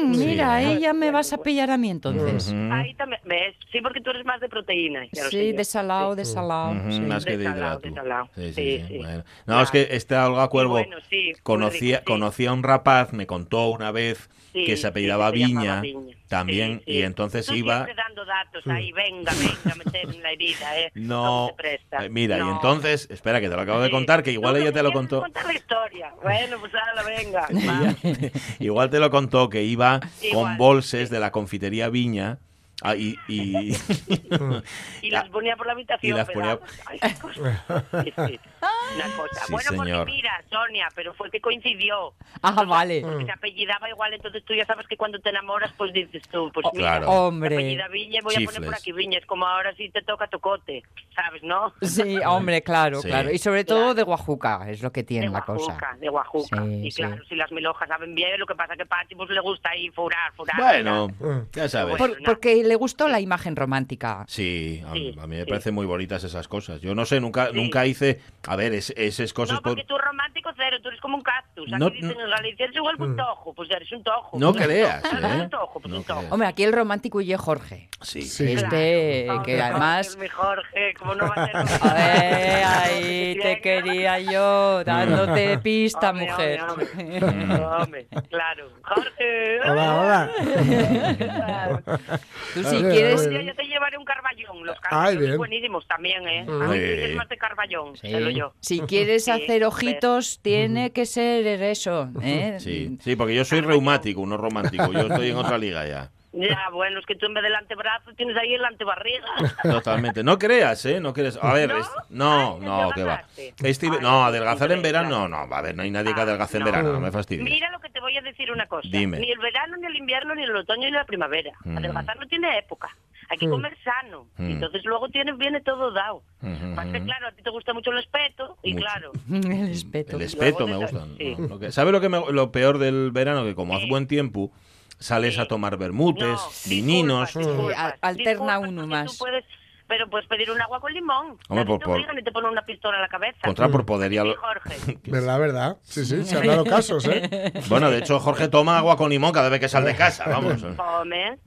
Speaker 2: Mm,
Speaker 1: Sí. ¿eh?
Speaker 2: mira, ahí ya me vas a pillar a mí entonces.
Speaker 1: Ujú.
Speaker 5: Ahí también, ¿ves? Sí, porque tú eres más de proteína. ya lo
Speaker 2: Sí,
Speaker 5: sé yo.
Speaker 2: de salado, de salado.
Speaker 1: Ujú,
Speaker 2: sí.
Speaker 1: Más que de
Speaker 5: Desalado,
Speaker 1: hidrato.
Speaker 5: desalado.
Speaker 1: Sí, sí,
Speaker 5: Sí,
Speaker 1: sí,
Speaker 5: sí.
Speaker 1: bueno. No,
Speaker 5: Claro.
Speaker 1: es que esta Olga Cuervo
Speaker 5: bueno, sí, muy
Speaker 1: conocía,
Speaker 5: rico, sí.
Speaker 1: conocía a un rapaz, me contó una vez
Speaker 5: Sí,
Speaker 1: que
Speaker 5: sí,
Speaker 1: se apellidaba Viña,
Speaker 5: llamaba Viña.
Speaker 1: también,
Speaker 5: Sí, sí.
Speaker 1: y entonces
Speaker 5: Tú
Speaker 1: iba...
Speaker 5: siempre dando datos ahí, venga, venga, meter en la herida, ¿eh?
Speaker 1: No,
Speaker 5: se presta.
Speaker 1: eh, mira, y
Speaker 5: No.
Speaker 1: entonces, espera, que te lo acabo de
Speaker 5: Sí.
Speaker 1: contar, que igual
Speaker 5: Tú
Speaker 1: ella te lo
Speaker 5: quieres
Speaker 1: contó.
Speaker 5: contar la historia. Bueno, pues ahora venga.
Speaker 1: Ella-
Speaker 5: vamos.
Speaker 1: igual te lo contó que iba
Speaker 5: Igual,
Speaker 1: con bolses de la confitería Viña Ah, y, y-
Speaker 5: Y las ponía por la habitación.
Speaker 1: Y las
Speaker 5: ¿verdad?
Speaker 1: ponía-
Speaker 5: Ay, qué cosa. Sí, sí. Una cosa.
Speaker 1: Sí,
Speaker 5: bueno,
Speaker 1: señor.
Speaker 5: porque mira, Sonia, pero fue que coincidió.
Speaker 2: Ah, vale.
Speaker 5: Porque
Speaker 1: Mm.
Speaker 5: se apellidaba igual, entonces tú ya sabes que cuando te enamoras, pues dices tú, pues mira,
Speaker 1: Oh, Claro.
Speaker 5: se
Speaker 2: Hombre.
Speaker 5: apellida Viña, voy a poner por
Speaker 1: Chifles.
Speaker 5: aquí Viña. Es como ahora sí te toca tocote, ¿sabes, no?
Speaker 2: Sí, hombre, claro,
Speaker 1: Sí.
Speaker 2: claro. Y sobre todo de Guajuca, es lo que tiene
Speaker 5: De
Speaker 2: la
Speaker 5: guajuca,
Speaker 2: cosa.
Speaker 5: de guajuca.
Speaker 2: Sí,
Speaker 5: y
Speaker 2: sí.
Speaker 5: claro, si las milhojas saben bien, lo que pasa que a Pachi pues, le gusta ahí furar, furar.
Speaker 1: bueno,
Speaker 5: furar.
Speaker 1: ya sabes.
Speaker 5: Bueno,
Speaker 2: Por-
Speaker 5: no.
Speaker 2: porque le gustó la imagen romántica.
Speaker 1: Sí, a,
Speaker 5: Sí,
Speaker 1: a mí me
Speaker 5: sí.
Speaker 1: parecen muy bonitas esas cosas. Yo no sé, nunca
Speaker 5: Sí.
Speaker 1: nunca hice... A ver, es- esas cosas...
Speaker 5: No, porque
Speaker 1: por-
Speaker 5: tú romántico cero, tú eres como un cactus. Aquí
Speaker 1: No- Mm.
Speaker 5: dicen en Galicia, eres igual que un tojo, pues eres un tojo.
Speaker 1: No
Speaker 5: pues eres
Speaker 1: creas,
Speaker 5: un tojo,
Speaker 1: ¿eh?
Speaker 5: eres Un tojo, pues
Speaker 1: No
Speaker 5: un tojo.
Speaker 1: creas.
Speaker 2: Hombre, aquí el romántico huye Jorge.
Speaker 1: Sí,
Speaker 3: Sí.
Speaker 2: Este,
Speaker 5: Claro.
Speaker 2: que además...
Speaker 5: Mi Jorge, ¿cómo no va a ser?
Speaker 2: A ver, ahí te quería yo, dándote pista,
Speaker 5: Hombre,
Speaker 2: mujer.
Speaker 5: hombre, hombre. Hombre, claro. Jorge.
Speaker 3: Hola, hola.
Speaker 2: Tú
Speaker 3: Ah,
Speaker 2: si
Speaker 3: bien,
Speaker 5: Un
Speaker 2: quieres...
Speaker 5: día yo te llevaré un carballón. Los
Speaker 3: Ay,
Speaker 5: carballones
Speaker 3: bien.
Speaker 5: buenísimos también, ¿eh? A
Speaker 1: Mm.
Speaker 5: mí
Speaker 1: Sí.
Speaker 5: es más de carballón,
Speaker 2: Sí.
Speaker 5: te lo yo.
Speaker 2: Si quieres
Speaker 5: Sí,
Speaker 2: hacer
Speaker 5: a
Speaker 2: ojitos, tiene que ser eso. ¿eh?
Speaker 5: Mm.
Speaker 1: Sí, sí, porque yo soy reumático, no romántico. Yo estoy en otra liga ya.
Speaker 5: Ya, bueno, es que tú en vez del antebrazo tienes ahí el antebarriga.
Speaker 1: Totalmente. No creas, ¿eh? No creas. A ver,
Speaker 5: ¿No?
Speaker 1: es- no,
Speaker 5: Ay,
Speaker 1: no,
Speaker 5: ya
Speaker 1: que va.
Speaker 5: adelgazaste.
Speaker 1: Este-
Speaker 5: Ay,
Speaker 1: no, adelgazar en
Speaker 5: increíble.
Speaker 1: verano, no. A ver, no hay nadie que
Speaker 5: Ah,
Speaker 1: adelgace en
Speaker 5: no.
Speaker 1: verano, no me fastidies.
Speaker 5: Mira lo que te voy a decir una cosa.
Speaker 1: Dime.
Speaker 5: Ni el verano, ni el invierno, ni el otoño, ni la primavera.
Speaker 1: Mm.
Speaker 5: Adelgazar no tiene época. Hay que comer sano.
Speaker 1: Mm.
Speaker 5: Entonces luego tienes, viene todo dado.
Speaker 1: Ujú.
Speaker 5: Más que claro, a ti te gusta mucho el espeto y
Speaker 1: Mucho.
Speaker 5: claro.
Speaker 2: El espeto.
Speaker 1: El espeto me
Speaker 5: Luego te-
Speaker 1: gusta.
Speaker 5: sí.
Speaker 1: No, lo que- ¿Sabe lo, que me- lo peor del verano? Que como hace
Speaker 5: Sí.
Speaker 1: buen tiempo, sales
Speaker 5: Sí.
Speaker 1: a tomar vermutes,
Speaker 5: No,
Speaker 1: vininos. mm,
Speaker 5: disculpas, disculpas,
Speaker 2: Sí, al- alterna
Speaker 5: disculpas,
Speaker 2: uno
Speaker 5: porque
Speaker 2: más.
Speaker 5: tú puedes- pero puedes pedir un agua con limón. No
Speaker 1: Hombre, por-
Speaker 5: te
Speaker 1: por-
Speaker 5: obligan y te ponen una pistola en la cabeza.
Speaker 1: Contra por poder y
Speaker 5: Sí,
Speaker 1: al-
Speaker 5: Jorge.
Speaker 3: ¿Verdad, verdad? Sí, sí, se han dado casos, ¿eh?
Speaker 1: Bueno, de hecho, Jorge toma agua con limón cada vez que sale de casa, vamos.
Speaker 5: Come,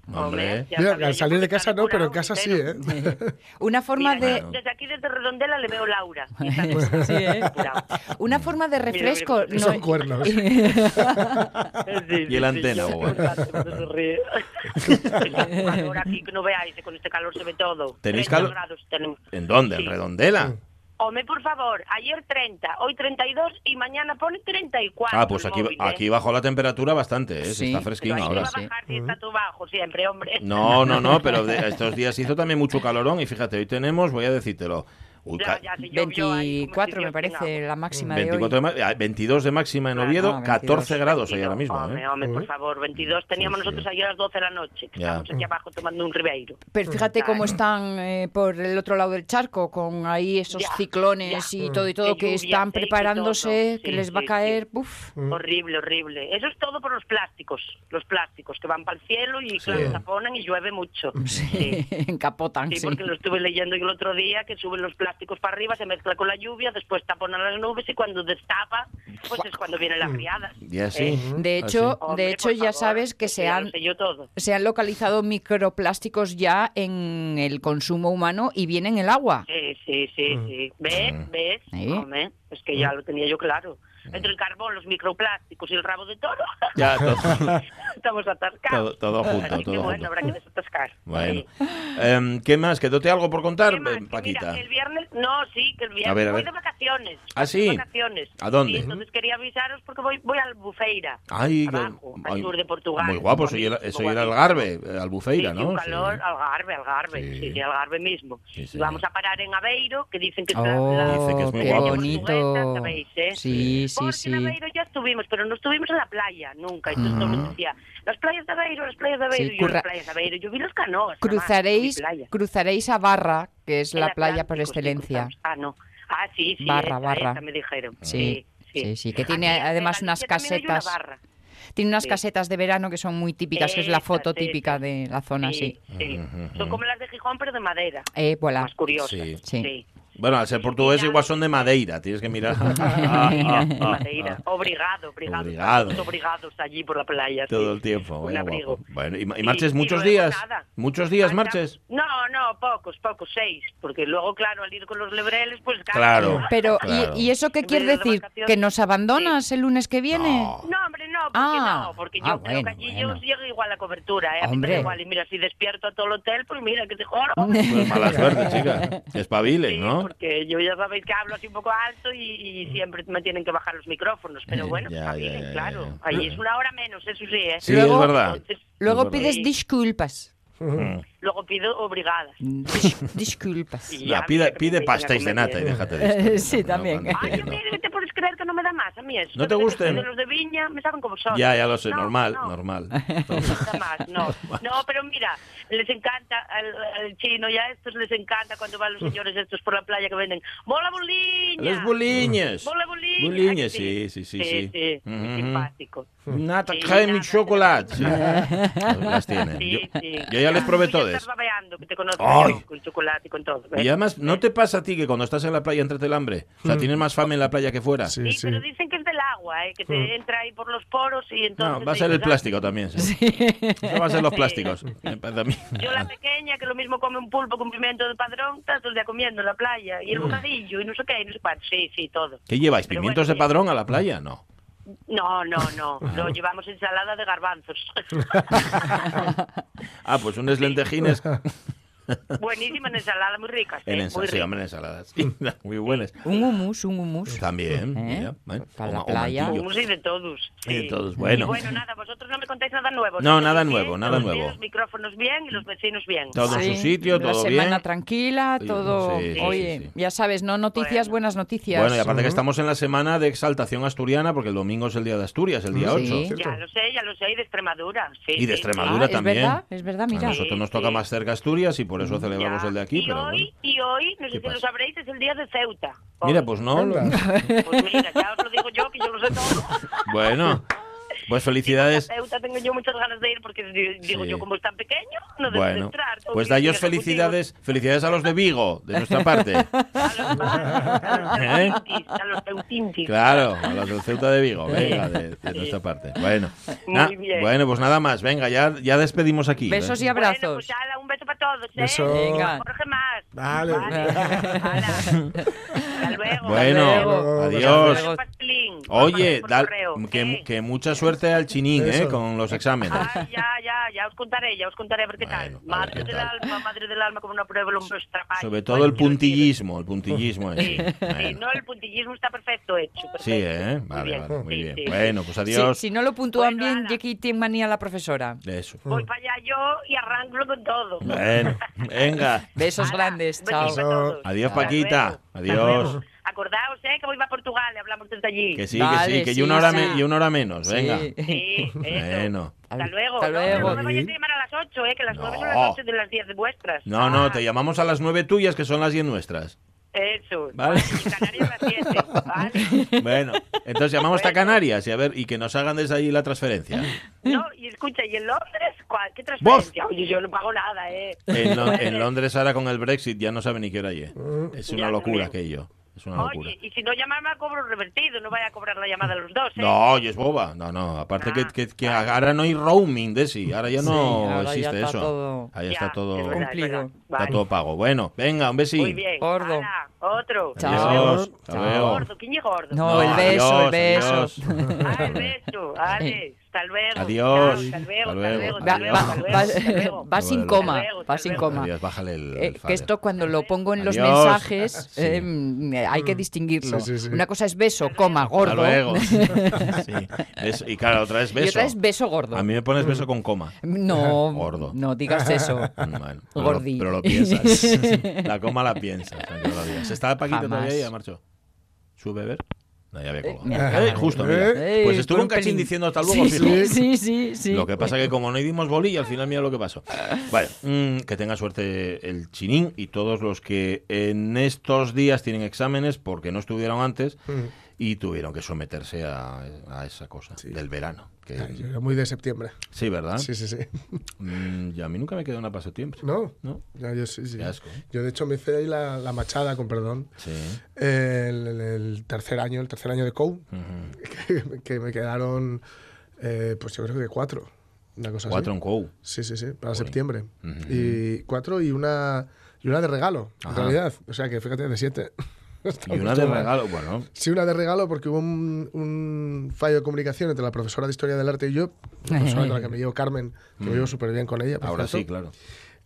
Speaker 5: come.
Speaker 1: Hombre.
Speaker 5: Ya
Speaker 3: Mira,
Speaker 5: sabía
Speaker 3: al
Speaker 5: yo
Speaker 3: salir
Speaker 5: que
Speaker 3: de casa
Speaker 5: estaba
Speaker 3: no, pero en
Speaker 5: curado,
Speaker 3: casa sí,
Speaker 5: entero.
Speaker 3: ¿eh?
Speaker 2: Una forma
Speaker 5: Mira,
Speaker 2: de...
Speaker 5: yo Desde aquí, desde Redondela, le veo Laura. Y está
Speaker 2: Sí, ¿eh?
Speaker 5: curado.
Speaker 2: Una forma de refresco.
Speaker 5: mira,
Speaker 3: Son cuernos.
Speaker 5: Sí,
Speaker 1: Y el
Speaker 5: sí,
Speaker 1: antena,
Speaker 5: sí,
Speaker 1: bueno.
Speaker 5: sí, cuando se ríe. calor aquí que no veáis, con este calor se ve todo.
Speaker 1: ¿Tenéis
Speaker 5: 30
Speaker 1: calor?
Speaker 5: grados tenemos.
Speaker 1: ¿En dónde? ¿En
Speaker 5: Sí.
Speaker 1: Redondela?
Speaker 5: Home, por favor, ayer 30, hoy 32 y mañana pone 34.
Speaker 1: Ah, pues
Speaker 5: el
Speaker 1: aquí,
Speaker 5: móvil, ¿eh?
Speaker 1: aquí bajó la temperatura bastante, ¿eh? Se
Speaker 2: Sí.
Speaker 1: está
Speaker 5: Pero
Speaker 1: fresquín
Speaker 5: ahí
Speaker 1: ahora.
Speaker 5: no va a bajar si está tú bajo siempre, hombre.
Speaker 1: No, no, no, pero de- estos días hizo también mucho calorón y fíjate, hoy tenemos, voy a decírtelo, uy,
Speaker 5: Ya,
Speaker 1: ca-
Speaker 5: ya, si llovió ahí, como
Speaker 2: 24
Speaker 5: si
Speaker 2: me
Speaker 5: Dios tenga
Speaker 2: parece
Speaker 5: agua.
Speaker 2: la máxima de
Speaker 1: 24
Speaker 2: hoy.
Speaker 1: de ma- ah, 22 de máxima en
Speaker 5: Ah,
Speaker 1: Oviedo,
Speaker 2: no, 22.
Speaker 1: 14 grados hoy ahora
Speaker 5: 22,
Speaker 1: mismo.
Speaker 5: Home,
Speaker 1: ¿eh?
Speaker 5: home, por favor, 22 teníamos
Speaker 1: Sí, sí.
Speaker 5: nosotros ayer a las 12 de la noche, que
Speaker 1: Ya.
Speaker 5: estábamos aquí abajo tomando un ribeiro.
Speaker 2: Pero fíjate
Speaker 5: Claro.
Speaker 2: cómo están eh, por el otro lado del charco, con ahí esos
Speaker 5: Ya,
Speaker 2: ciclones
Speaker 5: ya.
Speaker 2: y todo y todo,
Speaker 5: Qué
Speaker 2: que
Speaker 5: lluvias,
Speaker 2: están
Speaker 5: eh, y
Speaker 2: preparándose,
Speaker 5: todo.
Speaker 2: que
Speaker 5: Sí,
Speaker 2: les va a
Speaker 5: sí,
Speaker 2: caer.
Speaker 5: sí.
Speaker 2: ¡Buf!
Speaker 5: Horrible, horrible. Eso es todo por los plásticos, los plásticos que van para el cielo y claro, taponan y llueve mucho. Sí.
Speaker 2: Encapotan,
Speaker 5: Sí,
Speaker 2: sí.
Speaker 5: porque lo estuve leyendo yo el otro día, que suben los plásticos para arriba, se mezcla con la lluvia, después taponan las nubes y cuando destapa, pues es cuando vienen
Speaker 1: Mm.
Speaker 5: las riadas.
Speaker 1: Y así.
Speaker 5: Eh,
Speaker 1: Ah,
Speaker 2: De hecho,
Speaker 5: hombre,
Speaker 2: de hecho
Speaker 5: por
Speaker 2: ya
Speaker 5: favor,
Speaker 2: sabes que se
Speaker 5: ya
Speaker 2: han,
Speaker 5: lo sé yo todo.
Speaker 2: se han localizado microplásticos ya en el consumo humano y viene en el agua.
Speaker 5: Sí, sí, sí,
Speaker 1: Mm.
Speaker 5: sí. ¿Ves? ¿Ves?
Speaker 2: Sí.
Speaker 5: Hombre, es que ya lo tenía yo claro. Entre el carbón, los microplásticos y el rabo de toro,
Speaker 1: Ya, Ah, todo,
Speaker 5: estamos
Speaker 1: todo,
Speaker 5: atascados.
Speaker 1: todo junto,
Speaker 5: Así que
Speaker 1: todo
Speaker 5: bueno,
Speaker 1: junto.
Speaker 5: habrá que desatascar.
Speaker 1: Bueno.
Speaker 5: Sí.
Speaker 1: Em, ¿Qué más? ¿Que dote algo por contar, Em,
Speaker 5: ¿Qué más? Que mira,
Speaker 1: Paquita?
Speaker 5: el viernes, no, sí, que el viernes
Speaker 1: A ver, a
Speaker 5: voy de
Speaker 1: ver.
Speaker 5: vacaciones.
Speaker 1: ¿Ah,
Speaker 5: voy de
Speaker 1: sí?
Speaker 5: vacaciones.
Speaker 1: ¿A dónde? Ah,
Speaker 5: Sí, entonces quería avisaros porque voy, voy a Albufeira.
Speaker 1: Ay, que-
Speaker 5: abajo, al
Speaker 1: ay,
Speaker 5: sur de Portugal.
Speaker 1: Muy guapo, soy el,
Speaker 5: Guapísimo,
Speaker 1: soy el
Speaker 5: guapísimo.
Speaker 1: Algarve, eh, Albufeira,
Speaker 5: Sí, sí,
Speaker 1: ¿no?
Speaker 5: un
Speaker 1: Sí.
Speaker 5: calor, Algarve, Algarve,
Speaker 1: Sí.
Speaker 5: sí, sí, Algarve mismo.
Speaker 1: Sí,
Speaker 5: y
Speaker 1: señor.
Speaker 5: vamos a parar en Aveiro, que dicen que es la- la-
Speaker 1: Dice que es
Speaker 2: Oh,
Speaker 1: muy
Speaker 2: qué
Speaker 1: guapo.
Speaker 2: bonito.
Speaker 5: ¿Sabéis, eh?
Speaker 2: Sí, sí,
Speaker 5: Porque en
Speaker 2: sí.
Speaker 5: Aveiro ya estuvimos, pero no estuvimos en la playa nunca. Y todo el mundo decía, las playas de Aveiro, las playas de Aveiro,
Speaker 2: Sí,
Speaker 5: y yo,
Speaker 2: curra-
Speaker 5: las playas de Aveiro. Yo vi los canoas.
Speaker 2: Cruzaréis,
Speaker 5: nada más, no vi playa.
Speaker 2: cruzaréis a Barra, que es la
Speaker 5: El
Speaker 2: playa
Speaker 5: Atlántico,
Speaker 2: por
Speaker 5: sí,
Speaker 2: excelencia.
Speaker 5: cruzamos. Ah, no. Ah, sí, sí.
Speaker 2: Barra,
Speaker 5: esa,
Speaker 2: barra.
Speaker 5: esa me dijeron.
Speaker 2: Sí,
Speaker 5: Sí, sí.
Speaker 2: sí, sí, que tiene
Speaker 5: Aquí en
Speaker 2: además unas
Speaker 5: Galicia también hay una
Speaker 2: casetas.
Speaker 5: barra.
Speaker 2: Tiene unas
Speaker 5: Sí.
Speaker 2: casetas de verano que son muy típicas, que es la
Speaker 5: Esas,
Speaker 2: foto típica
Speaker 5: esas.
Speaker 2: de la zona, sí.
Speaker 5: Sí, sí. Son como las de Gijón, pero de madera.
Speaker 2: Eh, voilà.
Speaker 5: Más curiosas.
Speaker 1: Sí.
Speaker 2: Sí.
Speaker 1: Bueno, al ser portugués
Speaker 5: Mira.
Speaker 1: igual son de Madeira, tienes que mirar.
Speaker 5: De Madeira. Obrigado, obrigado.
Speaker 1: Obrigado.
Speaker 5: Todos obrigados allí por la playa. sí.
Speaker 1: Todo el tiempo.
Speaker 5: Un
Speaker 1: vaya
Speaker 5: abrigo.
Speaker 1: guapo. Bueno, y, y
Speaker 5: Sí,
Speaker 1: marches
Speaker 5: y
Speaker 1: muchos
Speaker 5: luego
Speaker 1: días.
Speaker 5: nada.
Speaker 1: Muchos días
Speaker 5: Marcha-
Speaker 1: marches.
Speaker 5: No, no, pocos, pocos, seis. Porque luego, claro, al ir con los lebreles, pues...
Speaker 1: Claro.
Speaker 2: Pero, ¿y-
Speaker 1: Claro.
Speaker 2: ¿y, eso qué
Speaker 5: En
Speaker 2: quiere
Speaker 5: medio de
Speaker 2: decir?
Speaker 5: vacaciones.
Speaker 2: ¿Que nos abandonas el lunes que viene?
Speaker 1: No.
Speaker 5: No, hombre, no, porque
Speaker 2: Ah.
Speaker 5: no, porque yo
Speaker 2: Ah,
Speaker 5: creo
Speaker 2: bueno,
Speaker 5: que allí
Speaker 2: bueno.
Speaker 5: yo llego igual a cobertura, ¿eh? A mí me da
Speaker 2: Hombre.
Speaker 5: Igual, y mira, si despierto a todo el hotel, pues mira, que te joro.
Speaker 1: Pues mala suerte, chica. Que espabilen,
Speaker 5: Sí,
Speaker 1: ¿no?
Speaker 5: Porque yo ya sabéis que hablo así un poco alto y, y siempre me tienen que bajar los micrófonos, pero
Speaker 1: Mm. Eh,
Speaker 5: bueno,
Speaker 1: ya,
Speaker 5: está
Speaker 1: ya,
Speaker 5: bien,
Speaker 1: ya, ya,
Speaker 5: claro.
Speaker 1: ya.
Speaker 5: Ahí es una hora menos, eso sí, ¿eh?
Speaker 1: Sí,
Speaker 2: Luego-
Speaker 1: es verdad.
Speaker 5: Entonces,
Speaker 2: Luego
Speaker 1: Es verdad.
Speaker 2: pides disculpas.
Speaker 1: Mm.
Speaker 5: Luego pido obrigadas.
Speaker 2: Dis- disculpas.
Speaker 5: Y
Speaker 1: Ya,
Speaker 5: ya
Speaker 1: pide,
Speaker 5: me
Speaker 1: pide
Speaker 5: terminé
Speaker 1: pastéis de
Speaker 5: comer
Speaker 1: nata y
Speaker 5: bien.
Speaker 1: déjate de historias,
Speaker 2: Sí,
Speaker 1: hombre,
Speaker 2: también.
Speaker 1: no, no
Speaker 5: Ay,
Speaker 1: entiendo.
Speaker 5: mira, te puedes creer que no me da más a mí eso.
Speaker 1: No te gusten.
Speaker 5: Los de viña me saben como son.
Speaker 1: Ya, ya lo sé,
Speaker 5: No,
Speaker 1: normal,
Speaker 5: no.
Speaker 1: normal.
Speaker 5: Nada más, no. No, pero mira, les encanta al, al chino y a estos les encanta cuando van los señores estos por la playa que venden ¡Bola boliña!
Speaker 1: Los buliñes.
Speaker 5: ¡Bola boliña!
Speaker 1: Buliñas,
Speaker 5: Ay,
Speaker 1: sí, sí, sí, sí.
Speaker 5: Sí, sí, muy
Speaker 1: Ujú.
Speaker 5: simpático.
Speaker 6: Hmm.
Speaker 1: Nata,
Speaker 5: Sí,
Speaker 1: creme y
Speaker 5: nada.
Speaker 1: chocolate. Sí. Las tienen. Yo,
Speaker 5: Sí, sí.
Speaker 1: yo ya les probé
Speaker 5: Tú ya
Speaker 1: todas.
Speaker 5: estás babeando, que te conozco
Speaker 1: Ay.
Speaker 5: yo, con chocolate y con todo. ¿ves?
Speaker 1: Y además, ¿no te pasa a ti que cuando estás en la playa entrate el hambre? O sea, tienes más fama en la playa que fuera.
Speaker 3: Sí,
Speaker 5: Sí,
Speaker 3: sí.
Speaker 5: pero dicen que es del agua, ¿eh? que te entra ahí por los poros y entonces...
Speaker 1: Mm. No, va a ser el
Speaker 5: dices, "Ah,
Speaker 1: plástico también. Sí. Eso va a ser los plásticos. Me parece a mí.
Speaker 5: Yo la pequeña, que lo mismo come un pulpo con pimiento de padrón, está todo el día comiendo en la playa. Y el
Speaker 1: Mm.
Speaker 5: bocadillo, y no sé qué, y no sé cuánto. Sí, sí, todo.
Speaker 1: ¿Qué lleváis?
Speaker 5: Pero
Speaker 1: ¿Pimientos
Speaker 5: bueno,
Speaker 1: de padrón a la playa? No.
Speaker 5: No, no, no. No, llevamos ensalada de garbanzos.
Speaker 1: Ah, pues unos lentejines
Speaker 5: Buenísima en ensalada, muy rica.
Speaker 1: en
Speaker 5: muy
Speaker 1: ensalada. Sí,
Speaker 5: rica.
Speaker 1: hombre, en ensaladas. Sí, muy buenas.
Speaker 2: Un humus, un humus.
Speaker 1: También.
Speaker 2: ¿Eh?
Speaker 1: mira, bueno,
Speaker 2: Para la
Speaker 1: ma-
Speaker 2: playa.
Speaker 1: mantillo.
Speaker 5: Humus y de todos.
Speaker 1: Y de
Speaker 5: sí.
Speaker 1: todos, bueno.
Speaker 5: Y bueno, nada, vosotros no me contáis nada nuevo.
Speaker 1: No,
Speaker 5: Nosotros
Speaker 1: nada
Speaker 5: bien,
Speaker 1: nuevo, nada
Speaker 5: todos bien,
Speaker 1: nuevo.
Speaker 5: Los micrófonos bien y los vecinos bien.
Speaker 1: Todo en su sitio,
Speaker 2: la
Speaker 1: todo
Speaker 2: semana
Speaker 1: bien.
Speaker 2: tranquila,
Speaker 1: Sí,
Speaker 2: todo.
Speaker 1: sí, sí,
Speaker 2: Oye,
Speaker 1: sí, sí.
Speaker 2: ya sabes, no noticias,
Speaker 5: Bueno.
Speaker 2: buenas noticias.
Speaker 1: Bueno, y aparte que estamos en la semana de exaltación asturiana, porque el domingo es el día de Asturias, el día
Speaker 2: Sí.
Speaker 1: 8.
Speaker 5: Ya lo sé, ya lo sé, y de Extremadura. Sí,
Speaker 1: Y de
Speaker 5: sí,
Speaker 1: Extremadura.
Speaker 2: Ah, es
Speaker 1: también.
Speaker 2: verdad, es verdad,
Speaker 1: A
Speaker 2: mira.
Speaker 1: nosotros nos
Speaker 5: Sí,
Speaker 1: toca
Speaker 5: sí.
Speaker 1: más cerca Asturias y por eso celebramos
Speaker 5: Ya.
Speaker 1: el de aquí,
Speaker 5: y
Speaker 1: pero
Speaker 5: hoy,
Speaker 1: bueno.
Speaker 5: Y hoy, no
Speaker 1: ¿Qué
Speaker 5: sé si
Speaker 1: pasa?
Speaker 5: lo sabréis, es el día de Ceuta. Hoy.
Speaker 1: Mira, pues no. lo-
Speaker 3: Anda.
Speaker 5: Pues mira, ya os lo digo yo, que yo lo sé todo.
Speaker 1: Bueno, pues felicidades.
Speaker 5: A Ceuta tengo yo muchas ganas de ir porque di- digo
Speaker 1: Sí.
Speaker 5: yo, como es tan pequeño, no debe de
Speaker 1: Bueno,
Speaker 5: entrar. todo
Speaker 1: pues
Speaker 5: tiene que
Speaker 1: dayos
Speaker 5: ser contigo.
Speaker 1: felicidades, felicidades a los de Vigo, de nuestra parte.
Speaker 5: A los malos, a
Speaker 1: ¿Eh?
Speaker 5: los teutintis, a los teutintis.
Speaker 1: Claro, a los del Ceuta de Vigo, venga, de, de nuestra parte. Bueno,
Speaker 5: Muy
Speaker 1: na-
Speaker 5: bien.
Speaker 1: bueno, pues nada más, venga, ya, ya despedimos aquí.
Speaker 2: Besos y
Speaker 1: ¿eh?
Speaker 5: Bueno,
Speaker 2: abrazos.
Speaker 5: pues ala, un beso para todos. ¿eh?
Speaker 3: Beso.
Speaker 2: Venga.
Speaker 5: Jorge más.
Speaker 3: Vale.
Speaker 5: Ala. Hasta luego.
Speaker 1: Bueno,
Speaker 5: Hasta luego.
Speaker 1: adiós. Pues
Speaker 5: Un pastelín,
Speaker 1: Oye,
Speaker 5: por
Speaker 1: dal-
Speaker 5: correo, ¿eh?
Speaker 1: que, que mucha suerte al chinín, ¿eh?
Speaker 3: Eso.
Speaker 1: Con los exámenes.
Speaker 5: Ay, ya, ya, ya os contaré, ya os contaré a ver qué
Speaker 1: Bueno, a
Speaker 5: tal.
Speaker 1: ver
Speaker 5: Madre
Speaker 1: qué
Speaker 5: del
Speaker 1: tal.
Speaker 5: alma, madre del alma, como no prueba el hombre extrapaño.
Speaker 1: Sobre todo el
Speaker 5: Ay, Dios mío.
Speaker 1: puntillismo, el puntillismo
Speaker 5: Sí,
Speaker 1: ese.
Speaker 5: sí,
Speaker 1: Bueno.
Speaker 5: no, el puntillismo está perfecto hecho. perfecto.
Speaker 1: Sí, ¿eh?
Speaker 5: Muy
Speaker 1: Vale,
Speaker 5: bien,
Speaker 1: vale, muy
Speaker 5: sí,
Speaker 1: bien.
Speaker 5: sí.
Speaker 1: Bueno, pues
Speaker 2: Sí,
Speaker 1: adiós.
Speaker 2: si no lo puntúan
Speaker 5: Bueno,
Speaker 2: bien,
Speaker 5: ala.
Speaker 2: ya aquí tiene manía la profesora.
Speaker 1: Eso.
Speaker 5: Voy para allá yo y arranco con todo.
Speaker 1: Bueno, venga.
Speaker 2: Besos
Speaker 5: Ala,
Speaker 2: grandes,
Speaker 5: besito
Speaker 2: chao.
Speaker 5: a todos.
Speaker 1: Adiós,
Speaker 5: Hasta
Speaker 1: Paquita.
Speaker 5: luego, hasta
Speaker 1: Adiós.
Speaker 5: luego. Acordaos, ¿eh? Que voy para Portugal, hablamos desde allí.
Speaker 1: Que sí, que sí,
Speaker 2: Vale,
Speaker 1: que
Speaker 2: sí,
Speaker 1: y una hora,
Speaker 2: sí.
Speaker 1: me- y una hora menos, Pues venga.
Speaker 2: Sí.
Speaker 5: Sí, eso.
Speaker 1: Bueno.
Speaker 5: Hasta luego.
Speaker 2: Hasta
Speaker 5: No,
Speaker 2: luego.
Speaker 5: No, me vayas a llamar a las 8, ¿eh? Que las
Speaker 1: No.
Speaker 5: 9 son las 8 de las 10 de vuestras.
Speaker 1: No, no,
Speaker 5: Ah,
Speaker 1: te llamamos a las nueve tuyas, que son las diez nuestras.
Speaker 5: Eso.
Speaker 1: Vale.
Speaker 5: Y Canarias las 7, ¿vale?
Speaker 1: Bueno, entonces llamamos hasta Canarias y a ver, y que nos hagan desde allí la transferencia.
Speaker 2: Mm.
Speaker 5: No, y escucha, ¿y en Londres cuál? ¿Qué
Speaker 1: Vos.
Speaker 5: transferencia? Oye, yo no pago nada, ¿eh?
Speaker 1: En, Lo- en Londres ahora con el Brexit ya no sabe ni qué hora es. Es
Speaker 5: Mm.
Speaker 1: una
Speaker 5: Ya
Speaker 1: locura
Speaker 5: también.
Speaker 1: aquello. Es una locura.
Speaker 5: Oye, y si no llamarme a cobro revertido, no vaya a cobrar la llamada a los dos, ¿eh?
Speaker 1: No, oye, es boba. No, no. Aparte que,
Speaker 5: Ah,
Speaker 1: que, que ahora no hay roaming, Desi. Ahora ya no
Speaker 2: Sí, ahora ya
Speaker 1: existe
Speaker 2: está
Speaker 1: eso.
Speaker 2: todo-
Speaker 1: Ahí
Speaker 5: Ya,
Speaker 1: está todo,
Speaker 5: es verdad, es
Speaker 2: Cumplido.
Speaker 5: verdad.
Speaker 1: está
Speaker 5: Vale.
Speaker 1: todo pago. Bueno, venga, un besito.
Speaker 5: Muy bien.
Speaker 2: Gordo.
Speaker 5: Ala, otro.
Speaker 2: Chao.
Speaker 1: Adiós. Hasta luego.
Speaker 5: Gordo, ¿quién es gordo?
Speaker 2: No, el beso, el beso.
Speaker 1: adiós.
Speaker 5: Ah, el beso. Ale, hasta luego.
Speaker 1: Adiós.
Speaker 5: Chao, Hasta luego,
Speaker 1: Hasta
Speaker 5: hasta
Speaker 1: luego,
Speaker 5: luego,
Speaker 1: hasta
Speaker 5: hasta
Speaker 2: Va,
Speaker 5: luego, hasta luego,
Speaker 2: va-
Speaker 5: hasta luego.
Speaker 2: va sin coma,
Speaker 5: Hasta luego,
Speaker 2: va
Speaker 5: hasta
Speaker 2: sin
Speaker 5: luego.
Speaker 2: coma.
Speaker 1: Adiós, bájale el,
Speaker 2: Eh,
Speaker 1: el
Speaker 2: que
Speaker 1: fader.
Speaker 2: esto cuando lo pongo en los
Speaker 1: Adiós.
Speaker 2: mensajes
Speaker 1: Sí.
Speaker 2: eh, mm, hay que distinguirlo.
Speaker 3: Sí, sí, sí.
Speaker 2: Una cosa es beso, coma,
Speaker 1: Hasta
Speaker 2: gordo.
Speaker 1: luego. Sí. Beso. Y claro, otra vez
Speaker 2: Y
Speaker 1: beso.
Speaker 2: otra es beso gordo. Mm.
Speaker 1: A mí me pones beso con coma.
Speaker 2: No,
Speaker 1: Gordo. Mm,
Speaker 2: no digas eso.
Speaker 1: Bueno, pero, lo-
Speaker 2: Gordi.
Speaker 1: pero lo piensas. La coma la piensas. aunque no lo digas. ¿Está Paquito
Speaker 2: Jamás.
Speaker 1: todavía y ya marchó? ¿Sube a ver? No, ya había colgado.
Speaker 2: mira.
Speaker 1: Eh, justo, mira.
Speaker 3: Eh.
Speaker 1: Pues
Speaker 2: Ey,
Speaker 1: estuvo
Speaker 2: por
Speaker 1: un cachín
Speaker 2: pelín.
Speaker 1: diciendo hasta luego,
Speaker 2: Sí,
Speaker 1: fijo.
Speaker 2: sí, sí, sí, sí.
Speaker 1: Lo que pasa que como no dimos bolilla, al final mira lo que pasó. Vale, mm, que tenga suerte el chinín y todos los que en estos días tienen exámenes porque no estuvieron antes
Speaker 3: Mm.
Speaker 1: y tuvieron que someterse a, a esa cosa
Speaker 3: Sí.
Speaker 1: del verano. que-
Speaker 3: Ay, yo era muy de septiembre.
Speaker 1: sí, ¿verdad?
Speaker 3: Sí, sí, sí.
Speaker 1: Mm, y a mí nunca me quedó una para septiembre.
Speaker 3: ¿No?
Speaker 1: ¿No?
Speaker 3: Ya, yo, sí, sí.
Speaker 1: Qué asco.
Speaker 3: yo de hecho me hice ahí la, la machada, con perdón,
Speaker 1: Sí.
Speaker 3: el, el- el tercer año, el tercer año de COU, que, me- que me quedaron, eh, pues yo creo que cuatro, una cosa
Speaker 1: Cuatro en
Speaker 3: así.
Speaker 1: COU.
Speaker 3: ¿Ah, Sí, sí, sí, para
Speaker 1: Joder.
Speaker 3: septiembre.
Speaker 1: Ujú.
Speaker 3: Y cuatro y una, y una de regalo, en
Speaker 1: Ajá.
Speaker 3: realidad. O sea que fíjate, de siete. Está
Speaker 1: Y una
Speaker 3: mucho
Speaker 1: de
Speaker 3: mal.
Speaker 1: regalo, bueno.
Speaker 3: Sí, una de regalo porque hubo un, un fallo de comunicación entre la profesora de Historia del Arte y yo, la profesora con la que me llevo Carmen, que me llevo súper bien con ella. por
Speaker 1: Ahora
Speaker 3: cierto,
Speaker 1: sí, claro.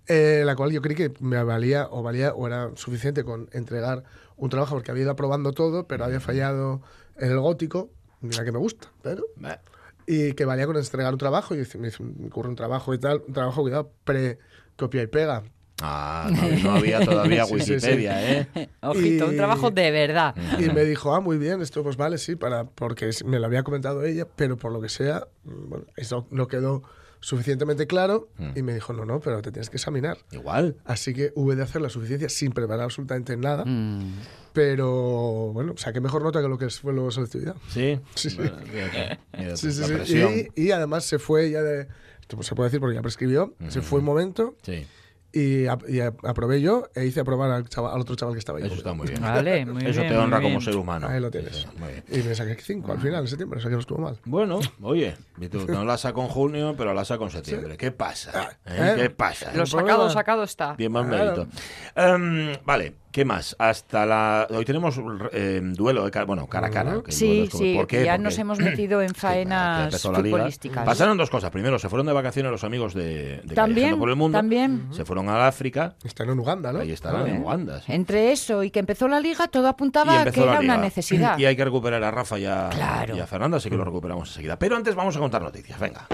Speaker 3: eh, la cual yo creí que me valía o valía o era suficiente con entregar un trabajo porque había ido aprobando todo, pero había fallado en el gótico, mira que me gusta, pero...
Speaker 1: Bah,
Speaker 3: y que valía con entregar un trabajo. Y dice, me dice, me ocurre un trabajo y tal, un trabajo, cuidado, pre-copia y pega.
Speaker 1: Ah, no, no había todavía
Speaker 3: Sí, sí, sí.
Speaker 1: Wikipedia, ¿eh?
Speaker 2: Ojito, un
Speaker 3: Y-
Speaker 2: trabajo de verdad.
Speaker 3: Y me dijo, ah, muy bien, esto pues vale, sí, para, porque es- me lo había comentado ella, pero por lo que sea, mm, bueno, eso no quedó suficientemente claro. Y me dijo, no, no, pero te tienes que examinar.
Speaker 1: Mm. Igual.
Speaker 3: Así que hube de hacer la suficiencia sin preparar absolutamente nada,
Speaker 4: Mm.
Speaker 3: pero bueno, saqué mejor nota que lo que fue luego selectividad.
Speaker 1: Sí.
Speaker 3: Sí, sí.
Speaker 1: Bueno, fíjate, mira
Speaker 3: Sí,
Speaker 1: tú,
Speaker 3: sí,
Speaker 1: la
Speaker 3: sí.
Speaker 1: presión.
Speaker 3: Y, y además se fue ya de. esto, pues, se puede decir porque ya prescribió, se fue un momento
Speaker 1: Sí,
Speaker 3: y, ap- y ap- aprobé yo e hice aprobar al, chaval- al otro chaval que estaba ahí.
Speaker 1: eso está muy bien.
Speaker 2: Vale, muy
Speaker 1: Eso
Speaker 2: bien,
Speaker 1: te
Speaker 2: muy
Speaker 1: honra como
Speaker 2: bien.
Speaker 1: ser humano.
Speaker 3: Ahí lo tienes.
Speaker 1: Sí, sí, muy bien.
Speaker 3: Y me saqué 5 al final, en septiembre, o sea que no estuvo mal.
Speaker 1: Bueno, oye, y tú, no la saco en junio, pero la saco en septiembre. ¿Qué pasa? ¿Eh?
Speaker 3: ¿eh?
Speaker 1: ¿Qué pasa?
Speaker 2: Lo
Speaker 3: No
Speaker 2: sacado,
Speaker 3: problema.
Speaker 2: sacado está.
Speaker 1: Bien más
Speaker 3: Claro.
Speaker 1: mérito. Em, vale, ¿qué más? Hasta la. Hoy tenemos eh, duelo, de cara- bueno, cara a cara. que duelo
Speaker 2: Sí,
Speaker 1: es como-
Speaker 2: sí,
Speaker 1: ¿Por qué?
Speaker 2: ya
Speaker 1: Porque-
Speaker 2: nos hemos metido en
Speaker 1: Sí, nada, que
Speaker 2: faenas
Speaker 1: empezó la liga.
Speaker 2: futbolísticas.
Speaker 1: Pasaron dos cosas. Primero, se fueron de vacaciones los amigos de, de Callejando
Speaker 2: También,
Speaker 1: por el Mundo.
Speaker 2: también.
Speaker 1: Se fueron a África.
Speaker 3: Están en Uganda, ¿no?
Speaker 1: Ahí estarán, en Uganda. sí.
Speaker 2: Entre eso y que empezó la liga, todo
Speaker 1: Y
Speaker 2: apuntaba a que
Speaker 1: empezó la
Speaker 2: era una
Speaker 1: liga.
Speaker 2: necesidad.
Speaker 1: Y hay que recuperar a Rafa y a,
Speaker 2: Claro.
Speaker 1: y a Fernando, así que lo recuperamos enseguida. Pero antes vamos a contar noticias. Venga.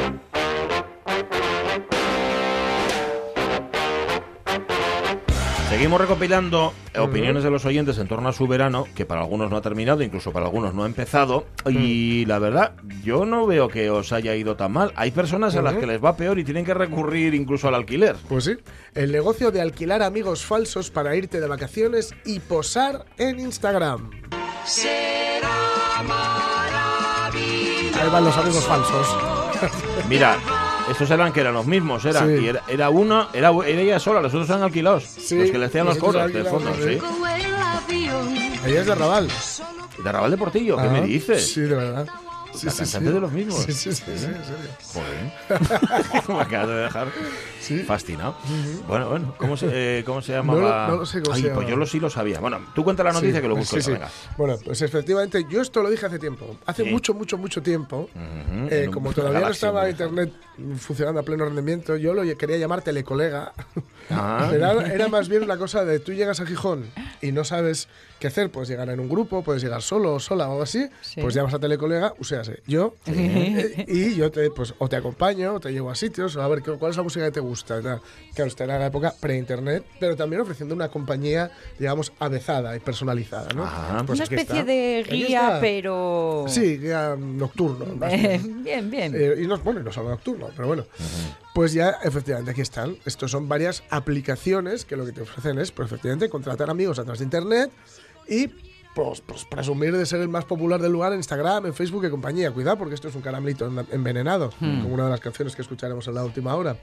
Speaker 1: Seguimos recopilando opiniones de los oyentes en torno a su verano, que para algunos no ha terminado, incluso para algunos no ha empezado.
Speaker 2: Mm.
Speaker 1: Y la verdad, yo no veo que os haya ido tan mal. Hay personas a las
Speaker 3: Ujú.
Speaker 1: que les va peor y tienen que recurrir incluso al alquiler.
Speaker 3: Pues sí, el negocio de alquilar amigos falsos para irte de vacaciones y posar en Instagram. Ahí van los amigos falsos.
Speaker 1: Mira, estos eran que eran los mismos, eran.
Speaker 3: Sí.
Speaker 1: Y era, era uno, era, era ella sola, los otros eran alquilados.
Speaker 3: Sí,
Speaker 1: los que le hacían las
Speaker 3: los otros
Speaker 1: cosas del fondo,
Speaker 3: alquilados,
Speaker 1: sí.
Speaker 3: Ahí es de Raval.
Speaker 1: De Arrabal de Portillo, ¿qué
Speaker 3: Ah,
Speaker 1: me dices?
Speaker 3: Sí, de verdad. Sí,
Speaker 1: La
Speaker 3: sí,
Speaker 1: cantante
Speaker 3: sí.
Speaker 1: de los mismos.
Speaker 3: Sí, sí, sí, sí, en serio.
Speaker 1: Joder. me acabas de dejar
Speaker 3: Sí.
Speaker 1: fascinado. Bueno, bueno, ¿cómo se, eh, cómo se
Speaker 3: No lo-
Speaker 1: llamaba?
Speaker 3: no lo sé cómo
Speaker 1: Ay,
Speaker 3: se
Speaker 1: pues
Speaker 3: llama.
Speaker 1: yo lo sí lo sabía. Bueno, tú cuenta la noticia
Speaker 3: Sí, eh,
Speaker 1: que lo busco
Speaker 3: sí,
Speaker 1: yo,
Speaker 3: sí.
Speaker 1: venga.
Speaker 3: Bueno, pues efectivamente, yo esto lo dije hace tiempo. Hace
Speaker 1: Sí.
Speaker 3: mucho, mucho, mucho tiempo.
Speaker 1: Ujú,
Speaker 3: eh,
Speaker 1: en un-
Speaker 3: como
Speaker 1: una
Speaker 3: todavía no
Speaker 1: galaxia
Speaker 3: estaba
Speaker 1: muy
Speaker 3: internet funcionando a pleno rendimiento, yo lo quería llamar telecolega.
Speaker 1: Ah.
Speaker 3: Pero era, era más bien una cosa de tú llegas a Gijón y no sabes qué hacer. Puedes llegar en un grupo, puedes llegar solo o sola o algo así.
Speaker 2: Sí.
Speaker 3: Pues llamas a telecolega, uséase yo. eh, y yo te, pues, o te acompaño, o te llevo a sitios, o a ver qué- cuál es la música que te gusta. y tal. Claro, esta era la época pre-internet, pero también ofreciendo una compañía, digamos, avezada y personalizada. ¿no?
Speaker 1: Ajá.
Speaker 3: Pues
Speaker 2: una
Speaker 3: aquí
Speaker 2: especie
Speaker 3: está.
Speaker 2: de
Speaker 3: Aquí
Speaker 2: guía,
Speaker 3: está.
Speaker 2: pero.
Speaker 3: Sí, guía nocturno. más
Speaker 2: Eh,
Speaker 3: bien.
Speaker 2: bien, bien.
Speaker 3: Eh, y no, bueno, y no solo nocturno, pero bueno. Pues ya, efectivamente, aquí están. Estos son varias aplicaciones que lo que te ofrecen es, pues, efectivamente, contratar amigos a través de Internet y pues, pues, presumir de ser el más popular del lugar en Instagram, en Facebook y compañía. Cuidado, porque esto es un caramelito en- envenenado, como una de las canciones que escucharemos en la última hora.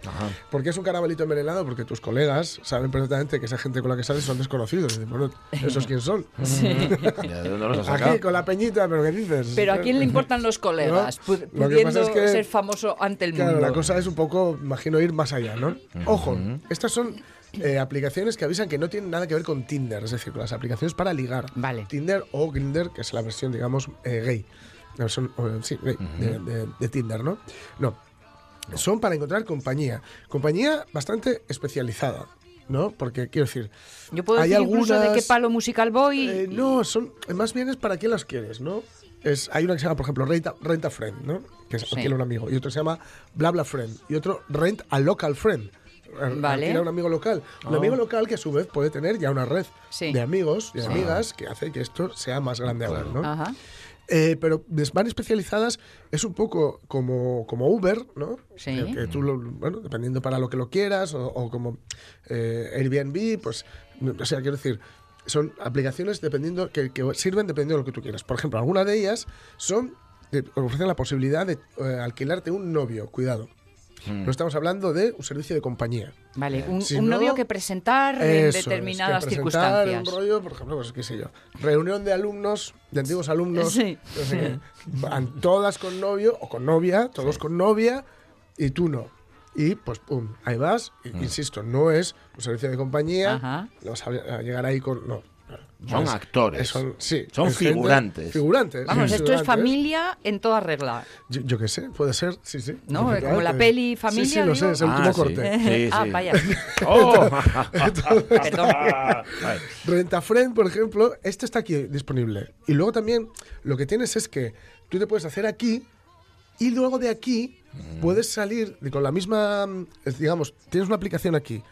Speaker 3: ¿Por qué es un caramelito envenenado? Porque tus colegas saben perfectamente que esa gente con la que sales son desconocidos. Y dicen, bueno, ¿esos quién son?
Speaker 1: ¿De dónde los has sacado?
Speaker 3: Aquí, con la peñita, ¿pero qué dices?
Speaker 2: Pero a quién le importan los colegas,
Speaker 3: No,
Speaker 2: Pu-
Speaker 3: lo que
Speaker 2: pudiendo
Speaker 3: pasa es que-
Speaker 2: ser famoso ante el
Speaker 3: Claro,
Speaker 2: mundo.
Speaker 3: la cosa es un poco, imagino, ir más allá, ¿no? Ojo, estas son eh, aplicaciones que avisan que no tienen nada que ver con Tinder, es decir, con las aplicaciones para ligar.
Speaker 2: Vale.
Speaker 3: Tinder o Grinder, que es la versión, digamos, eh, gay. La versión, eh, sí, gay, de- de- de Tinder, ¿no? No, son para encontrar compañía. Compañía bastante especializada, ¿no? Porque, quiero decir,
Speaker 2: Yo puedo
Speaker 3: hay
Speaker 2: decir incluso de qué
Speaker 3: algunas-
Speaker 2: palo musical voy.
Speaker 3: eh, no, son más bien es para qué las quieres, ¿no? Es, hay una que se llama, por ejemplo, Renta, Renta Friend, ¿no? Que es
Speaker 2: Sí.
Speaker 3: alquila un amigo. Y otro se llama Bla Bla Friend. Y otro Rent a Local Friend. Ar-
Speaker 2: Vale. Oh.
Speaker 3: Alquila un amigo local. Un amigo local que a su vez puede tener ya una red
Speaker 2: Sí.
Speaker 3: de amigos y de amigas que hace que esto sea más grande aún, ¿no?
Speaker 2: Ajá.
Speaker 3: Eh, pero des- van especializadas, es un poco como, como Uber, ¿no? Eh,
Speaker 2: Sí.
Speaker 3: Que, que tú, lo- bueno, dependiendo para lo que lo quieras, o, o como eh, Airbnb, pues, no- o sea, quiero decir, son aplicaciones dependiendo que, que sirven dependiendo de lo que tú quieras. Por ejemplo, algunas de ellas son te ofrecen la posibilidad de eh, alquilarte un novio, cuidado. No estamos hablando de un servicio de compañía.
Speaker 2: Vale, un,
Speaker 3: Si
Speaker 2: un
Speaker 3: no,
Speaker 2: novio que presentar en
Speaker 3: Eso es,
Speaker 2: determinadas
Speaker 3: que presentar
Speaker 2: circunstancias.
Speaker 3: un rollo, por ejemplo, pues, qué sé yo, reunión de alumnos, de antiguos alumnos,
Speaker 2: Sí.
Speaker 3: no sé qué. van todas con novio o con novia, todos con novia y tú no. Y pues pum, ahí vas, I-
Speaker 1: Mm.
Speaker 3: insisto, no es un servicio de compañía,
Speaker 2: Ajá.
Speaker 3: no vas a a llegar ahí con no.
Speaker 1: Son
Speaker 3: Es-
Speaker 1: actores.
Speaker 3: Son, sí,
Speaker 1: Son
Speaker 3: es gente-
Speaker 1: figurantes.
Speaker 3: figurantes.
Speaker 2: Vamos,
Speaker 3: sí,
Speaker 2: esto es
Speaker 3: figurantes.
Speaker 2: familia en toda regla.
Speaker 3: Yo, yo qué sé, puede ser, sí, sí.
Speaker 2: No, como la
Speaker 3: efectivamente.
Speaker 2: peli
Speaker 3: Sí,
Speaker 2: Familia,
Speaker 3: sí, lo
Speaker 2: digo.
Speaker 3: sé, es el
Speaker 1: Ah,
Speaker 3: último
Speaker 1: sí.
Speaker 3: corte.
Speaker 1: Sí,
Speaker 2: ah,
Speaker 1: sí.
Speaker 2: vaya.
Speaker 1: ¡Oh!
Speaker 2: Perdón.
Speaker 1: Vale.
Speaker 3: Rentafriend, por ejemplo, este está aquí disponible. Y luego también lo que tienes es que tú te puedes hacer aquí Y luego de aquí puedes salir de- con la misma, mm, es- digamos, tienes una aplicación aquí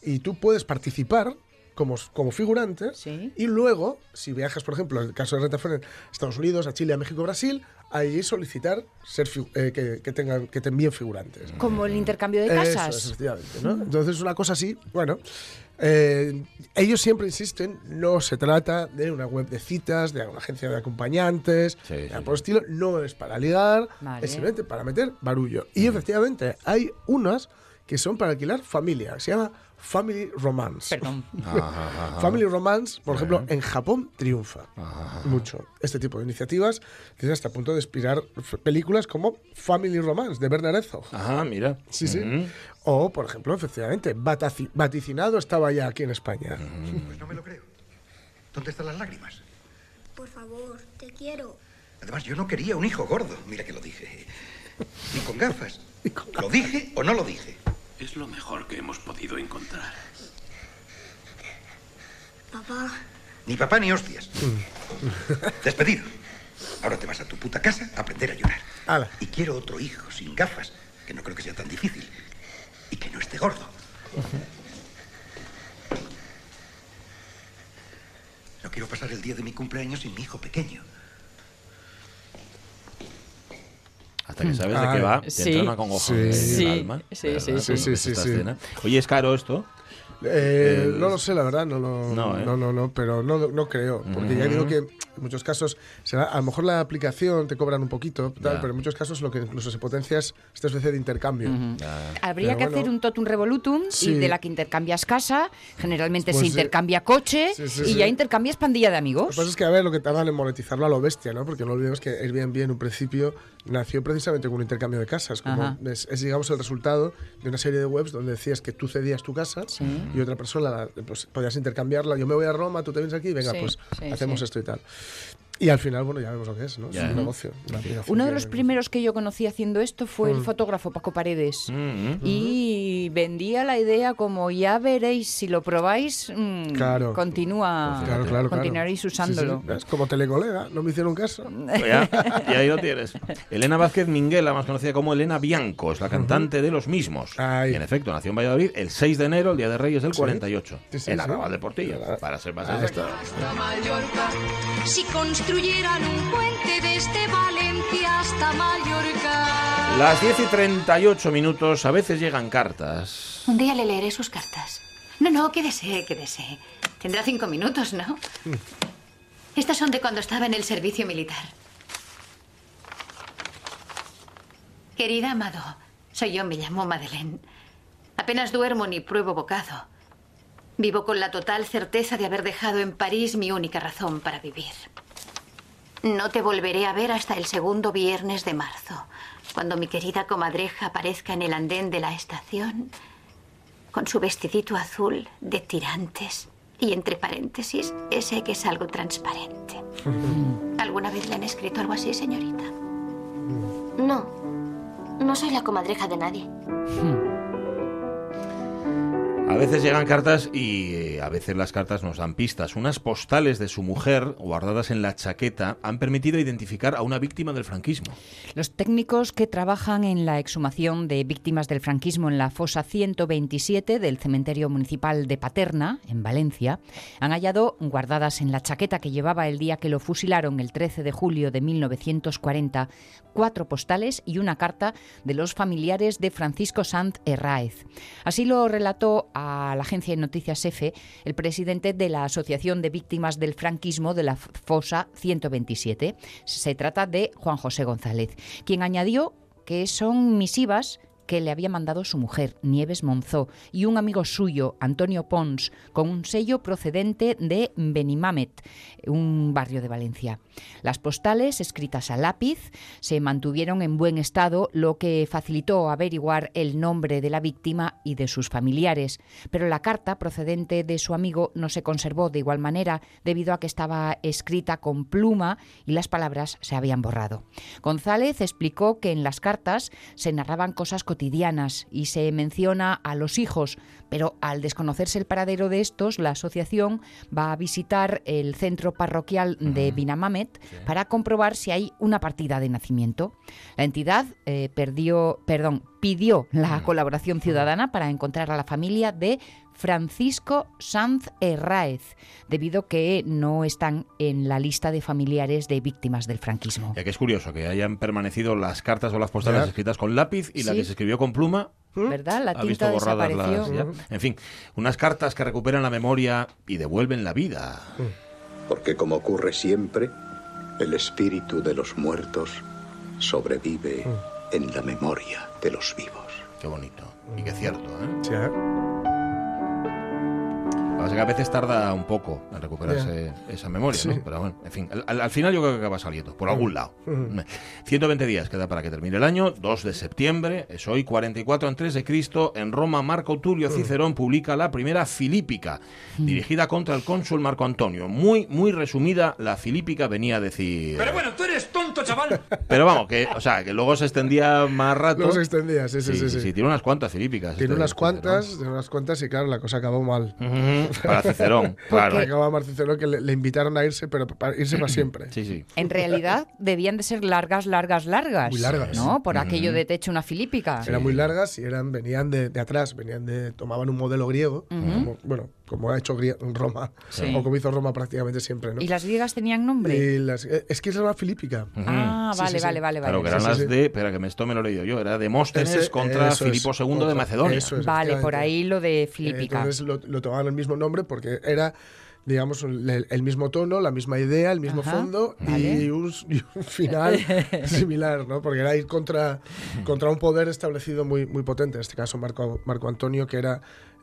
Speaker 3: y tú puedes participar como, s- como figurante
Speaker 2: Sí.
Speaker 3: y luego, si viajas, por ejemplo, en el caso de Renta Fren, a Estados Unidos, a Chile, a México, Brasil, ahí solicitar ser figu- eh, que, que tengan, que te envíen figurantes.
Speaker 2: Como el intercambio de
Speaker 3: Eso
Speaker 2: casas.
Speaker 3: es, efectivamente, ¿no? Entonces, una cosa así, bueno, eh, ellos siempre insisten, no se trata de una web de citas, de una agencia de acompañantes,
Speaker 1: Sí,
Speaker 3: nada
Speaker 1: sí,
Speaker 3: por el estilo, no es para ligar,
Speaker 2: Vale.
Speaker 3: es simplemente para meter barullo. Y efectivamente, hay unas que son para alquilar familia, se llama Family Romance.
Speaker 2: Perdón.
Speaker 1: Ajá, ajá, ajá.
Speaker 3: Family Romance, por ejemplo, en Japón triunfa mucho este tipo de iniciativas, que es hasta a punto de inspirar f- películas como Family Romance de Bernard Herzog.
Speaker 1: Ajá, mira.
Speaker 3: Sí, sí.
Speaker 1: Ujú.
Speaker 3: O, por ejemplo, efectivamente, vataci- vaticinado estaba ya aquí en España.
Speaker 7: Pues no me lo creo. ¿Dónde están las lágrimas?
Speaker 8: Por favor, te quiero.
Speaker 7: Además, yo no quería un hijo gordo. Mira que lo dije. Ni con gafas. ¿Lo dije o no lo dije?
Speaker 9: Es lo mejor que hemos podido encontrar.
Speaker 8: Papá,
Speaker 7: Ni papá ni hostias. Despedido. Ahora te vas a tu puta casa a aprender a llorar.
Speaker 3: Ala.
Speaker 7: Y quiero otro hijo sin gafas, que no creo que sea tan difícil. Y que no esté gordo. No quiero pasar el día de mi cumpleaños sin mi hijo pequeño.
Speaker 1: Hasta que sabes de
Speaker 3: Ah,
Speaker 1: qué va, te
Speaker 2: sí.
Speaker 1: entra una congoja en
Speaker 3: Sí.
Speaker 1: el alma.
Speaker 2: Sí, sí,
Speaker 1: ¿verdad?
Speaker 2: sí,
Speaker 1: Cuando
Speaker 3: sí,
Speaker 1: ves
Speaker 3: sí,
Speaker 1: esta
Speaker 3: sí.
Speaker 1: escena. Oye, ¿es caro esto?
Speaker 3: Eh,
Speaker 1: Eh,
Speaker 3: no lo sé, la verdad, no lo,
Speaker 1: No,
Speaker 3: no,
Speaker 1: ¿eh?
Speaker 3: no, no, pero no, no creo, porque ya digo que en muchos casos, será, a lo mejor la aplicación te cobran un poquito, tal,
Speaker 1: Ya.
Speaker 3: pero en muchos casos lo que incluso se potencia es esta especie de intercambio.
Speaker 2: Habría
Speaker 3: Pero
Speaker 2: que
Speaker 3: bueno.
Speaker 2: hacer un totum revolutum
Speaker 3: Sí.
Speaker 2: y de la que intercambias casa, generalmente
Speaker 3: Pues
Speaker 2: se
Speaker 3: sí.
Speaker 2: intercambia coche
Speaker 3: Sí, sí,
Speaker 2: y
Speaker 3: sí.
Speaker 2: ya intercambias pandilla de
Speaker 3: Lo que
Speaker 2: amigos.
Speaker 3: pasa es que, a ver, lo que tardan en monetizarlo a lo bestia, ¿no? Porque no olvidemos que Airbnb en un principio nació precisamente con un intercambio de casas. Como
Speaker 2: Ajá.
Speaker 3: es, es, digamos, el resultado de una serie de webs donde decías que tú cedías tu casa
Speaker 2: Sí.
Speaker 3: y otra persona, la- pues, podías intercambiarla. Yo me voy a Roma, tú te vienes aquí, venga,
Speaker 2: Sí,
Speaker 3: pues
Speaker 2: sí,
Speaker 3: hacemos
Speaker 2: sí.
Speaker 3: esto y tal. Y al final, bueno, ya vemos lo que es, ¿no?
Speaker 1: Ya.
Speaker 3: Es un negocio. una aplicación
Speaker 2: Uno de
Speaker 3: que-
Speaker 2: los primeros que yo conocí haciendo esto fue
Speaker 3: Mm.
Speaker 2: el fotógrafo Paco Paredes.
Speaker 1: Mm,
Speaker 2: Y vendía la idea como ya veréis si lo probáis, mm,
Speaker 3: Claro.
Speaker 2: continúa,
Speaker 3: Claro, claro, claro.
Speaker 2: continuaréis
Speaker 3: Sí, sí,
Speaker 2: usándolo.
Speaker 3: sí. ¿Ves? Como telecolega, no me hicieron caso.
Speaker 1: Pues ya, y ahí lo tienes. Elena Vázquez Minguela, más conocida como Elena Bianco, es la cantante de Los Mismos.
Speaker 3: Ay.
Speaker 1: Y en efecto, nació en Valladolid el 6 de enero, el Día de Reyes del 48.
Speaker 3: Sí, sí,
Speaker 1: en
Speaker 3: sí.
Speaker 1: Arrabal de Portilla, para ser más exacto.
Speaker 10: Si construyeran un puente desde Valencia hasta Mallorca.
Speaker 1: Las 10 y 38 minutos, a veces llegan cartas.
Speaker 11: Un día le leeré sus cartas. No, no, quédese, quédese. Tendrá cinco minutos, ¿no? Estas son de cuando estaba en el servicio militar. Querida Amado, soy yo, me llamo Madeleine. Apenas duermo ni pruebo bocado. Vivo con la total certeza de haber dejado en París mi única razón para vivir. No te volveré a ver hasta el segundo viernes de marzo, cuando mi querida comadreja aparezca en el andén de la estación con su vestidito azul de tirantes y entre paréntesis ese que es algo transparente. ¿Alguna vez le han escrito algo así, señorita?
Speaker 8: no. No soy la comadreja de nadie.
Speaker 1: A veces llegan cartas y eh, a veces las cartas nos dan pistas. Unas postales de su mujer, guardadas en la chaqueta, han permitido identificar a una víctima del franquismo.
Speaker 2: Los técnicos que trabajan en la exhumación de víctimas del franquismo en la fosa 127 del cementerio municipal de Paterna, en Valencia, han hallado guardadas en la chaqueta que llevaba el día que lo fusilaron el 13 de julio de 1940 cuatro postales y una carta de los familiares de Francisco Sanz Herráez. Así lo relató a la agencia de noticias EFE el presidente de la Asociación de Víctimas del Franquismo de la F- Fosa 127. Se trata de Juan José González, quien añadió que son misivas que le había mandado su mujer, Nieves Monzó, y un amigo suyo, Antonio Pons, con un sello procedente de Benimamet, un barrio de Valencia. Las postales, escritas a lápiz, se mantuvieron en buen estado, lo que facilitó averiguar el nombre de la víctima y de sus familiares, pero la carta procedente de su amigo no se conservó de igual manera debido a que estaba escrita con pluma y las palabras se habían borrado. González explicó que en las cartas se narraban cosas cotidianas cotidianas y se menciona a los hijos, pero al desconocerse el paradero de estos, la asociación va a visitar el centro parroquial de Binamamet para comprobar si hay una partida de nacimiento. La entidad eh, perdió, perdón, pidió la colaboración ciudadana para encontrar a la familia de Francisco Sanz Herráez, debido que no están en la lista de familiares de víctimas del franquismo.
Speaker 1: Ya que es curioso que hayan permanecido las cartas o las postales
Speaker 3: Ya.
Speaker 1: escritas con lápiz y la
Speaker 2: Sí.
Speaker 1: que se escribió con pluma.
Speaker 3: ¿Mm?
Speaker 2: ¿Verdad? La
Speaker 1: ha
Speaker 2: tinta
Speaker 1: visto borradas las.
Speaker 2: desapareció.
Speaker 1: ya. En fin, unas cartas que recuperan la memoria y devuelven la vida.
Speaker 12: porque como ocurre siempre, el espíritu de los muertos sobrevive en la memoria de los vivos.
Speaker 1: Mm. Qué bonito. Y qué cierto, ¿eh?
Speaker 3: Mm. Sí,
Speaker 1: Lo que pasa es que a veces tarda un poco en recuperarse esa memoria,
Speaker 3: Sí.
Speaker 1: ¿no? Pero bueno, en fin, al- al, al final yo creo que acaba saliendo, por algún lado.
Speaker 3: Mm.
Speaker 1: 120 días queda para que termine el año, 2 de septiembre, es hoy 44 antes de Cristo, en Roma Marco
Speaker 3: Mm.
Speaker 1: Tulio Cicerón publica la primera Filípica, dirigida contra el cónsul Marco Antonio. Muy, muy resumida, la Filípica venía a decir...
Speaker 13: Pero bueno, tú eres tonto, chaval.
Speaker 1: Pero vamos, que, o sea, que luego se extendía más rato.
Speaker 3: Luego se extendía, sí, sí, sí, sí.
Speaker 1: tiene unas cuantas filípicas.
Speaker 3: Tiene
Speaker 1: este
Speaker 3: unas
Speaker 1: Cicerón.
Speaker 3: cuantas, tiene unas cuantas y claro, la cosa acabó mal.
Speaker 1: Ujú, para Cicerón, claro.
Speaker 3: Porque acabó mal Cicerón que le, le invitaron a irse, pero para irse para siempre.
Speaker 1: Sí, sí.
Speaker 2: En realidad debían de ser largas, largas, largas.
Speaker 3: Muy largas.
Speaker 2: ¿No? Por
Speaker 1: Mm.
Speaker 3: Ujú.
Speaker 2: aquello de techo una filípica.
Speaker 3: Eran muy largas y eran, venían de, de atrás, venían de, tomaban un modelo griego,
Speaker 2: Ujú.
Speaker 3: como- bueno, como ha hecho Grie- Roma,
Speaker 2: Sí.
Speaker 3: o como hizo Roma prácticamente siempre, ¿no?
Speaker 2: ¿Y las griegas tenían nombre?
Speaker 3: Y las- eh, es que es la filípica.
Speaker 2: Ah,
Speaker 3: Sí, sí,
Speaker 2: vale,
Speaker 3: sí.
Speaker 2: vale, vale,
Speaker 1: Claro,
Speaker 2: vale.
Speaker 1: que eran
Speaker 3: Sí, sí,
Speaker 1: las
Speaker 3: sí.
Speaker 1: de. Espera, que me- esto me lo he leído yo. Era Demóstenes
Speaker 3: Ese-
Speaker 1: contra
Speaker 3: eso es,
Speaker 1: Filipo II de
Speaker 3: contra-
Speaker 1: Macedonia.
Speaker 3: eso es,
Speaker 2: Vale, por
Speaker 3: efectivamente.
Speaker 2: ahí lo de filípica.
Speaker 3: Entonces lo, lo tomaban el mismo nombre porque era, digamos, el, el mismo tono, la misma idea, el mismo
Speaker 2: Ajá,
Speaker 3: fondo y,
Speaker 2: vale.
Speaker 3: un, y un final similar, ¿no? Porque era ir contra, contra un poder establecido muy, muy potente, en este caso Marco, Marco Antonio, que era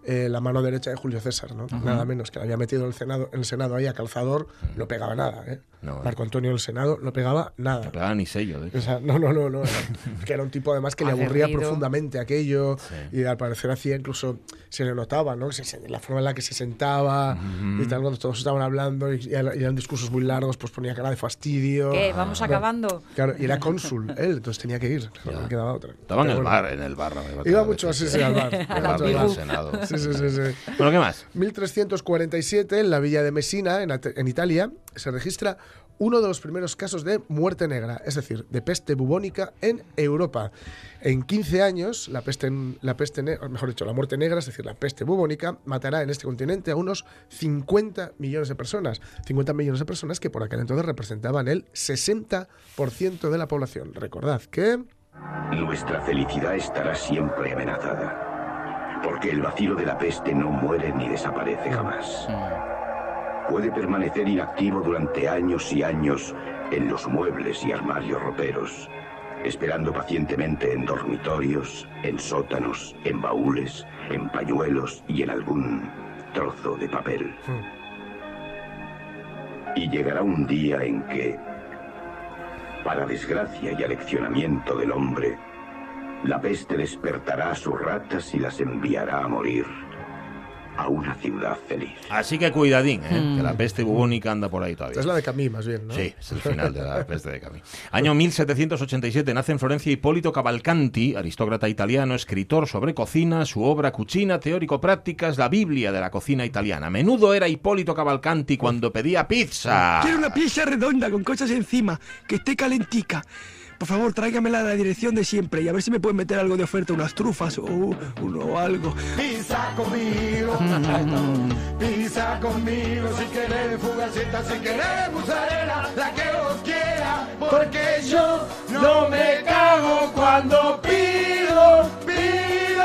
Speaker 3: eh, la mano derecha de Julio César, ¿no?
Speaker 1: Ajá.
Speaker 3: Nada menos, que le había metido el Senado, el Senado ahí a calzador, no pegaba nada, ¿eh?
Speaker 1: No, eh.
Speaker 3: Marco Antonio en el Senado no pegaba nada.
Speaker 1: No pegaban ni sello. de hecho.
Speaker 3: O sea, no, no, no, no. era- que era un tipo además que le aburría
Speaker 1: Aguerrido.
Speaker 3: profundamente aquello y al parecer hacía incluso, se le notaba, ¿no? Se- se- la forma en la que se sentaba y tal, cuando todos estaban hablando y, y eran discursos muy largos, pues ponía cara de fastidio.
Speaker 2: ¿Qué? Vamos
Speaker 3: Bueno,
Speaker 2: acabando.
Speaker 3: Claro, y era cónsul él, entonces tenía que ir, claro, no quedaba otra.
Speaker 1: Estaba en
Speaker 3: Pero
Speaker 1: el
Speaker 3: bueno.
Speaker 1: bar, en el bar. la verdad,
Speaker 3: Iba
Speaker 1: a
Speaker 3: mucho
Speaker 1: veces,
Speaker 3: así, sí,
Speaker 1: eh.
Speaker 3: al bar.
Speaker 1: El
Speaker 3: Iba
Speaker 1: bar
Speaker 3: mucho
Speaker 1: del
Speaker 3: al bar.
Speaker 1: Senado.
Speaker 3: Sí, sí, sí, sí.
Speaker 1: Bueno, ¿qué más?
Speaker 3: 1347, en la villa de Messina, en, Ate- en Italia, se registra uno de los primeros casos de muerte negra, es decir, de peste bubónica en Europa. En 15 años, la peste, la peste ne- o mejor dicho, la muerte negra, es decir, la peste bubónica, matará en este continente a unos 50 millones de personas. 50 millones de personas que por aquel entonces representaban el 60% de la población. Recordad que...
Speaker 14: Nuestra felicidad estará siempre amenazada, porque el vacilo de la peste no muere ni desaparece jamás. Puede permanecer inactivo durante años y años en los muebles y armarios roperos, esperando pacientemente en dormitorios, en sótanos, en baúles, en pañuelos y en algún trozo de papel. Y llegará un día en que, para desgracia y aleccionamiento del hombre, la peste despertará a sus ratas y las enviará a morir a una ciudad feliz.
Speaker 1: Así que cuidadín, ¿eh?
Speaker 14: Mm.
Speaker 1: que la peste bubónica anda por ahí todavía.
Speaker 3: Es la de Camille, más bien, ¿no?
Speaker 1: Sí, es el final de la peste de Camille. Año 1787 nace en Florencia Hipólito Cavalcanti, aristócrata italiano, escritor sobre cocina, su obra Cucina, teórico práctica es la Biblia de la cocina italiana. Menudo era Hipólito Cavalcanti cuando pedía pizza.
Speaker 13: Quiero una pieza redonda con cosas encima, que esté calentica. Por favor, tráigamela a la dirección de siempre y a ver si me pueden meter algo de oferta, unas trufas o uno algo.
Speaker 15: Pisa conmigo, pisa conmigo si querés fugaceta, si querés mozzarella, la que vos quiera, porque yo no me cago cuando pido, pido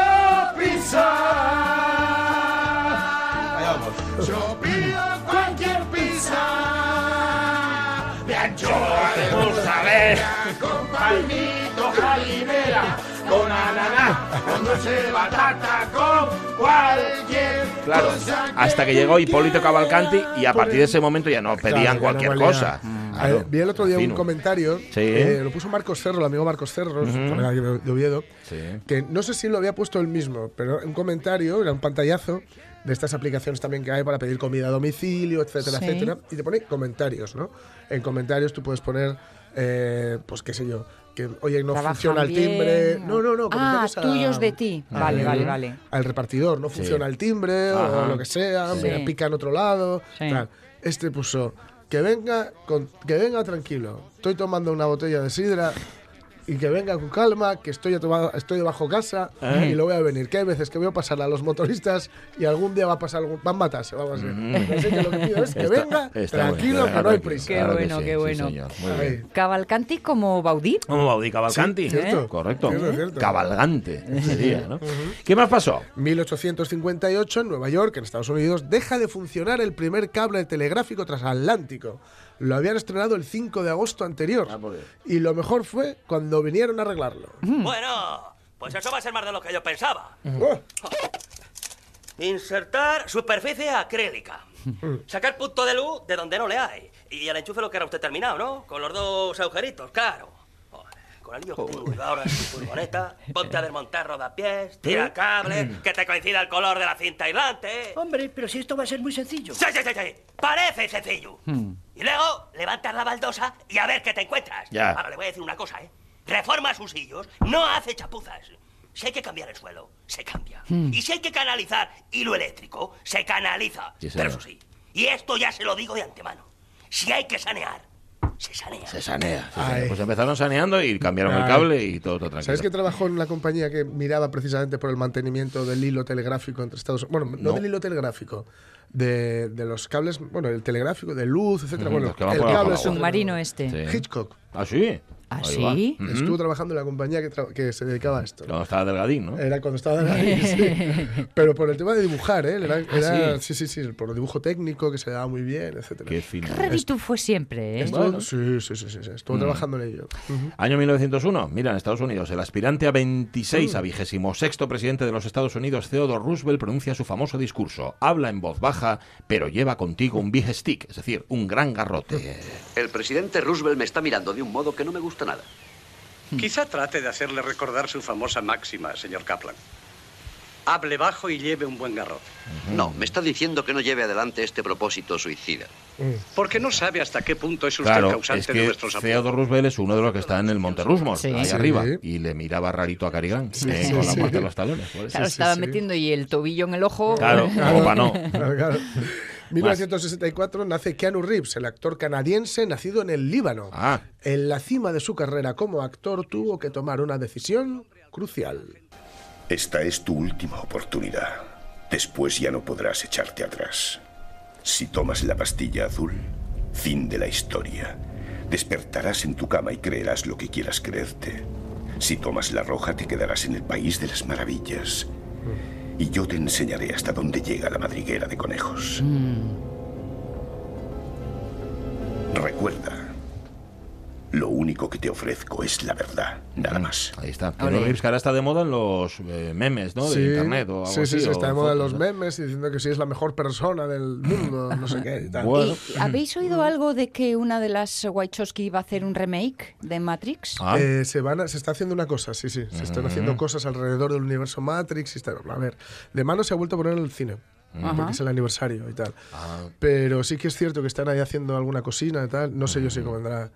Speaker 15: pizza. Yo pido cualquier pizza de anchoa, de mozzarella, con palmito, jalibera, con ananá, con dulce de batata, con cualquier
Speaker 1: Claro,
Speaker 15: cosa
Speaker 1: hasta que llegó Hipólito Cavalcanti y a partir de ese momento ya no
Speaker 3: Claro,
Speaker 1: pedían
Speaker 3: ya
Speaker 1: cualquier
Speaker 3: no valía.
Speaker 1: cosa.
Speaker 3: A
Speaker 1: Claro,
Speaker 3: ver, Eh, vi el otro día un
Speaker 1: Ah, fino.
Speaker 3: comentario,
Speaker 1: Sí.
Speaker 3: eh, lo puso Marcos Cerro, el amigo Marcos Cerro,
Speaker 1: Ujú.
Speaker 3: colega de, de Oviedo,
Speaker 1: Sí.
Speaker 3: que no sé si lo había puesto él mismo, pero un comentario, era un pantallazo de estas aplicaciones también que hay para pedir comida a domicilio, etcétera,
Speaker 16: Sí.
Speaker 3: etcétera, y te pone comentarios, ¿no? En comentarios tú puedes poner, eh, pues qué sé yo, que que, oye, no
Speaker 2: Trabajan
Speaker 3: funciona el timbre.
Speaker 2: bien,
Speaker 3: No, no, no. pero
Speaker 2: Ah,
Speaker 3: entonces a-
Speaker 2: tuyos de ti. Vale,
Speaker 3: al-
Speaker 2: vale, vale.
Speaker 3: Al repartidor, no
Speaker 2: Sí.
Speaker 3: funciona el timbre
Speaker 2: Ajá.
Speaker 3: o lo que sea,
Speaker 2: Sí.
Speaker 3: mira, pica en otro lado.
Speaker 2: Sí.
Speaker 3: tal. Este puso, que venga, con, que venga tranquilo, estoy tomando una botella de sidra y que venga con calma, que estoy, a tomar- estoy debajo casa
Speaker 1: ¿Eh?
Speaker 3: y lo voy a venir. Que hay veces que veo pasar a los motoristas y algún día va a pasar, algún, van a matarse, vamos a ver. Así que lo que pido es que
Speaker 1: Mm. Está-
Speaker 3: venga
Speaker 1: está muy claro,
Speaker 3: tranquilo, que no hay
Speaker 1: claro que
Speaker 3: prisa.
Speaker 1: sí, claro que sí, sí, señor, muy bien.
Speaker 2: Cavalcanti como Baudí. ¿Eh?
Speaker 1: Como Baudí Cavalcanti.
Speaker 3: Sí, cierto.
Speaker 1: ¿Eh? Correcto.
Speaker 3: Cierto, cierto.
Speaker 1: Cabalgante sería, ¿no? ¿Qué más pasó?
Speaker 3: 1858, en Nueva York, en Estados Unidos, deja de funcionar el primer cable telegráfico transatlántico. Lo habían estrenado el 5 de agosto anterior.
Speaker 1: Ah,
Speaker 3: y lo mejor fue cuando vinieron a arreglarlo.
Speaker 17: Mm.
Speaker 16: Bueno, pues eso va a ser más de lo que yo pensaba.
Speaker 3: ¡Oh!
Speaker 16: Insertar superficie acrílica. Sacar punto de luz de donde no le hay. Y el enchufe lo que era usted terminado, ¿no? Con los dos agujeritos, claro. Joder, Con el lío que tengo yo ahora en mi furgoneta, ponte a desmontar rodapiés,
Speaker 17: ¿Eh?
Speaker 16: tira cables, que te coincida el color de la cinta aislante.
Speaker 17: Mm. Hombre, pero si esto va a ser muy sencillo.
Speaker 16: Sí, sí, sí, sí. Parece sencillo.
Speaker 15: Hmm.
Speaker 16: Y luego levantas la baldosa y a ver qué te encuentras.
Speaker 1: Ya.
Speaker 16: Ahora le voy a decir una cosa, ¿eh? Reforma sus sillos, no hace chapuzas. Si hay que cambiar el suelo, se cambia.
Speaker 1: Hmm.
Speaker 16: Y si hay que canalizar hilo eléctrico, se canaliza.
Speaker 1: Sí, señor.
Speaker 16: Pero eso sí, y esto ya se lo digo de antemano. Si hay que sanear, se sanea.
Speaker 1: Se sanea. se
Speaker 3: Ay.
Speaker 1: sanea. Pues empezaron saneando y cambiaron el
Speaker 3: Ay.
Speaker 1: cable y todo, todo tranquilo.
Speaker 3: ¿Sabes que trabajó en la compañía que miraba precisamente por el mantenimiento del hilo telegráfico entre Estados Unidos? Bueno, no,
Speaker 1: No.
Speaker 3: del hilo telegráfico, de, de los cables, bueno, el telegráfico, de luz, etcétera.
Speaker 1: Ujú,
Speaker 3: Bueno,
Speaker 1: los que van
Speaker 3: el
Speaker 1: por abajo
Speaker 3: cable
Speaker 1: del agua.
Speaker 2: Submarino este.
Speaker 1: Sí.
Speaker 3: Hitchcock.
Speaker 1: ¿Ah, sí?
Speaker 2: ¿Ah,
Speaker 1: Ahí va.
Speaker 2: sí?
Speaker 1: Ujú.
Speaker 3: Estuvo trabajando en la compañía que, tra- que se dedicaba a esto.
Speaker 1: Cuando estaba delgadín, ¿no?
Speaker 3: Era cuando estaba en la sí. Pero por el tema de dibujar, ¿eh? Era,
Speaker 1: Ah,
Speaker 3: era-
Speaker 1: sí.
Speaker 3: sí, sí, sí, por el dibujo técnico que se daba muy bien, etcétera.
Speaker 1: Qué fino.
Speaker 2: Reditu fue siempre, ¿eh?
Speaker 3: Estuvo- Sí, sí, sí, sí, sí, Estuvo
Speaker 1: Mm.
Speaker 3: trabajando en ello. Ujú.
Speaker 1: Año 1901. Mira, en Estados Unidos, el aspirante a 26 a vigésimo sexto presidente de los Estados Unidos, Theodore Roosevelt, pronuncia su famoso discurso. Habla en voz baja, pero lleva contigo un big stick, es decir, un gran garrote.
Speaker 18: El presidente Roosevelt me está mirando de un modo que no me gusta nada.
Speaker 19: Quizá trate de hacerle recordar su famosa máxima, señor Kaplan. Hable bajo y lleve un buen garrote.
Speaker 18: No, me está diciendo que no lleve adelante este propósito suicida.
Speaker 19: Porque no sabe hasta qué punto es usted
Speaker 1: Mm. Claro,
Speaker 19: causante
Speaker 1: es
Speaker 19: de
Speaker 1: que
Speaker 19: nuestros apuros.
Speaker 1: Theodore Roosevelt es uno de los que está en el Monte Rushmore,
Speaker 2: Sí.
Speaker 1: ahí
Speaker 2: Sí.
Speaker 1: arriba, y le miraba rarito a Cary Grant, eh,
Speaker 2: sí,
Speaker 1: con la
Speaker 2: sí.
Speaker 1: parte de los talones. por eso.
Speaker 2: Claro, estaba metiendo y el tobillo en el ojo.
Speaker 1: Claro, como pa' no.
Speaker 3: Claro, claro. 1964 nace Keanu Reeves, el actor canadiense nacido en el Líbano.
Speaker 1: Ah.
Speaker 3: En la cima de su carrera como actor tuvo que tomar una decisión crucial.
Speaker 14: Esta es tu última oportunidad. Después ya no podrás echarte atrás. Si tomas la pastilla azul, fin de la historia. Despertarás en tu cama y creerás lo que quieras creerte. Si tomas la roja, te quedarás en el país de las maravillas. Y yo te enseñaré hasta dónde llega la madriguera de conejos.
Speaker 15: Hmm.
Speaker 14: Recuerda, lo único que te ofrezco es la verdad, nada más.
Speaker 1: Mm, Ahí está.
Speaker 14: Ole.
Speaker 1: Keanu Reeves, que ahora está de moda en los eh, memes, ¿no? De
Speaker 3: Sí,
Speaker 1: internet o algo
Speaker 3: sí,
Speaker 1: así.
Speaker 3: sí, sí,
Speaker 1: o
Speaker 3: está de moda en los
Speaker 1: fotos,
Speaker 3: memes y diciendo que sí es la mejor persona del mundo, no sé qué y tal.
Speaker 1: Bueno.
Speaker 2: ¿Y ¿Eh? ¿Habéis
Speaker 3: Mm.
Speaker 2: oído algo de que una de las Wachowski iba a hacer un remake de Matrix?
Speaker 1: Ah.
Speaker 3: Eh, se, van a- se está haciendo una cosa, sí, sí. Se
Speaker 1: Mm.
Speaker 3: están haciendo cosas alrededor del universo Matrix. Y está- a ver, de mano se ha vuelto a poner en el cine.
Speaker 1: Ajá.
Speaker 3: Porque es el aniversario y tal.
Speaker 1: Ah.
Speaker 3: Pero sí que es cierto que están ahí haciendo alguna cocina y tal. No sé yo
Speaker 1: Mm.
Speaker 3: si convendrá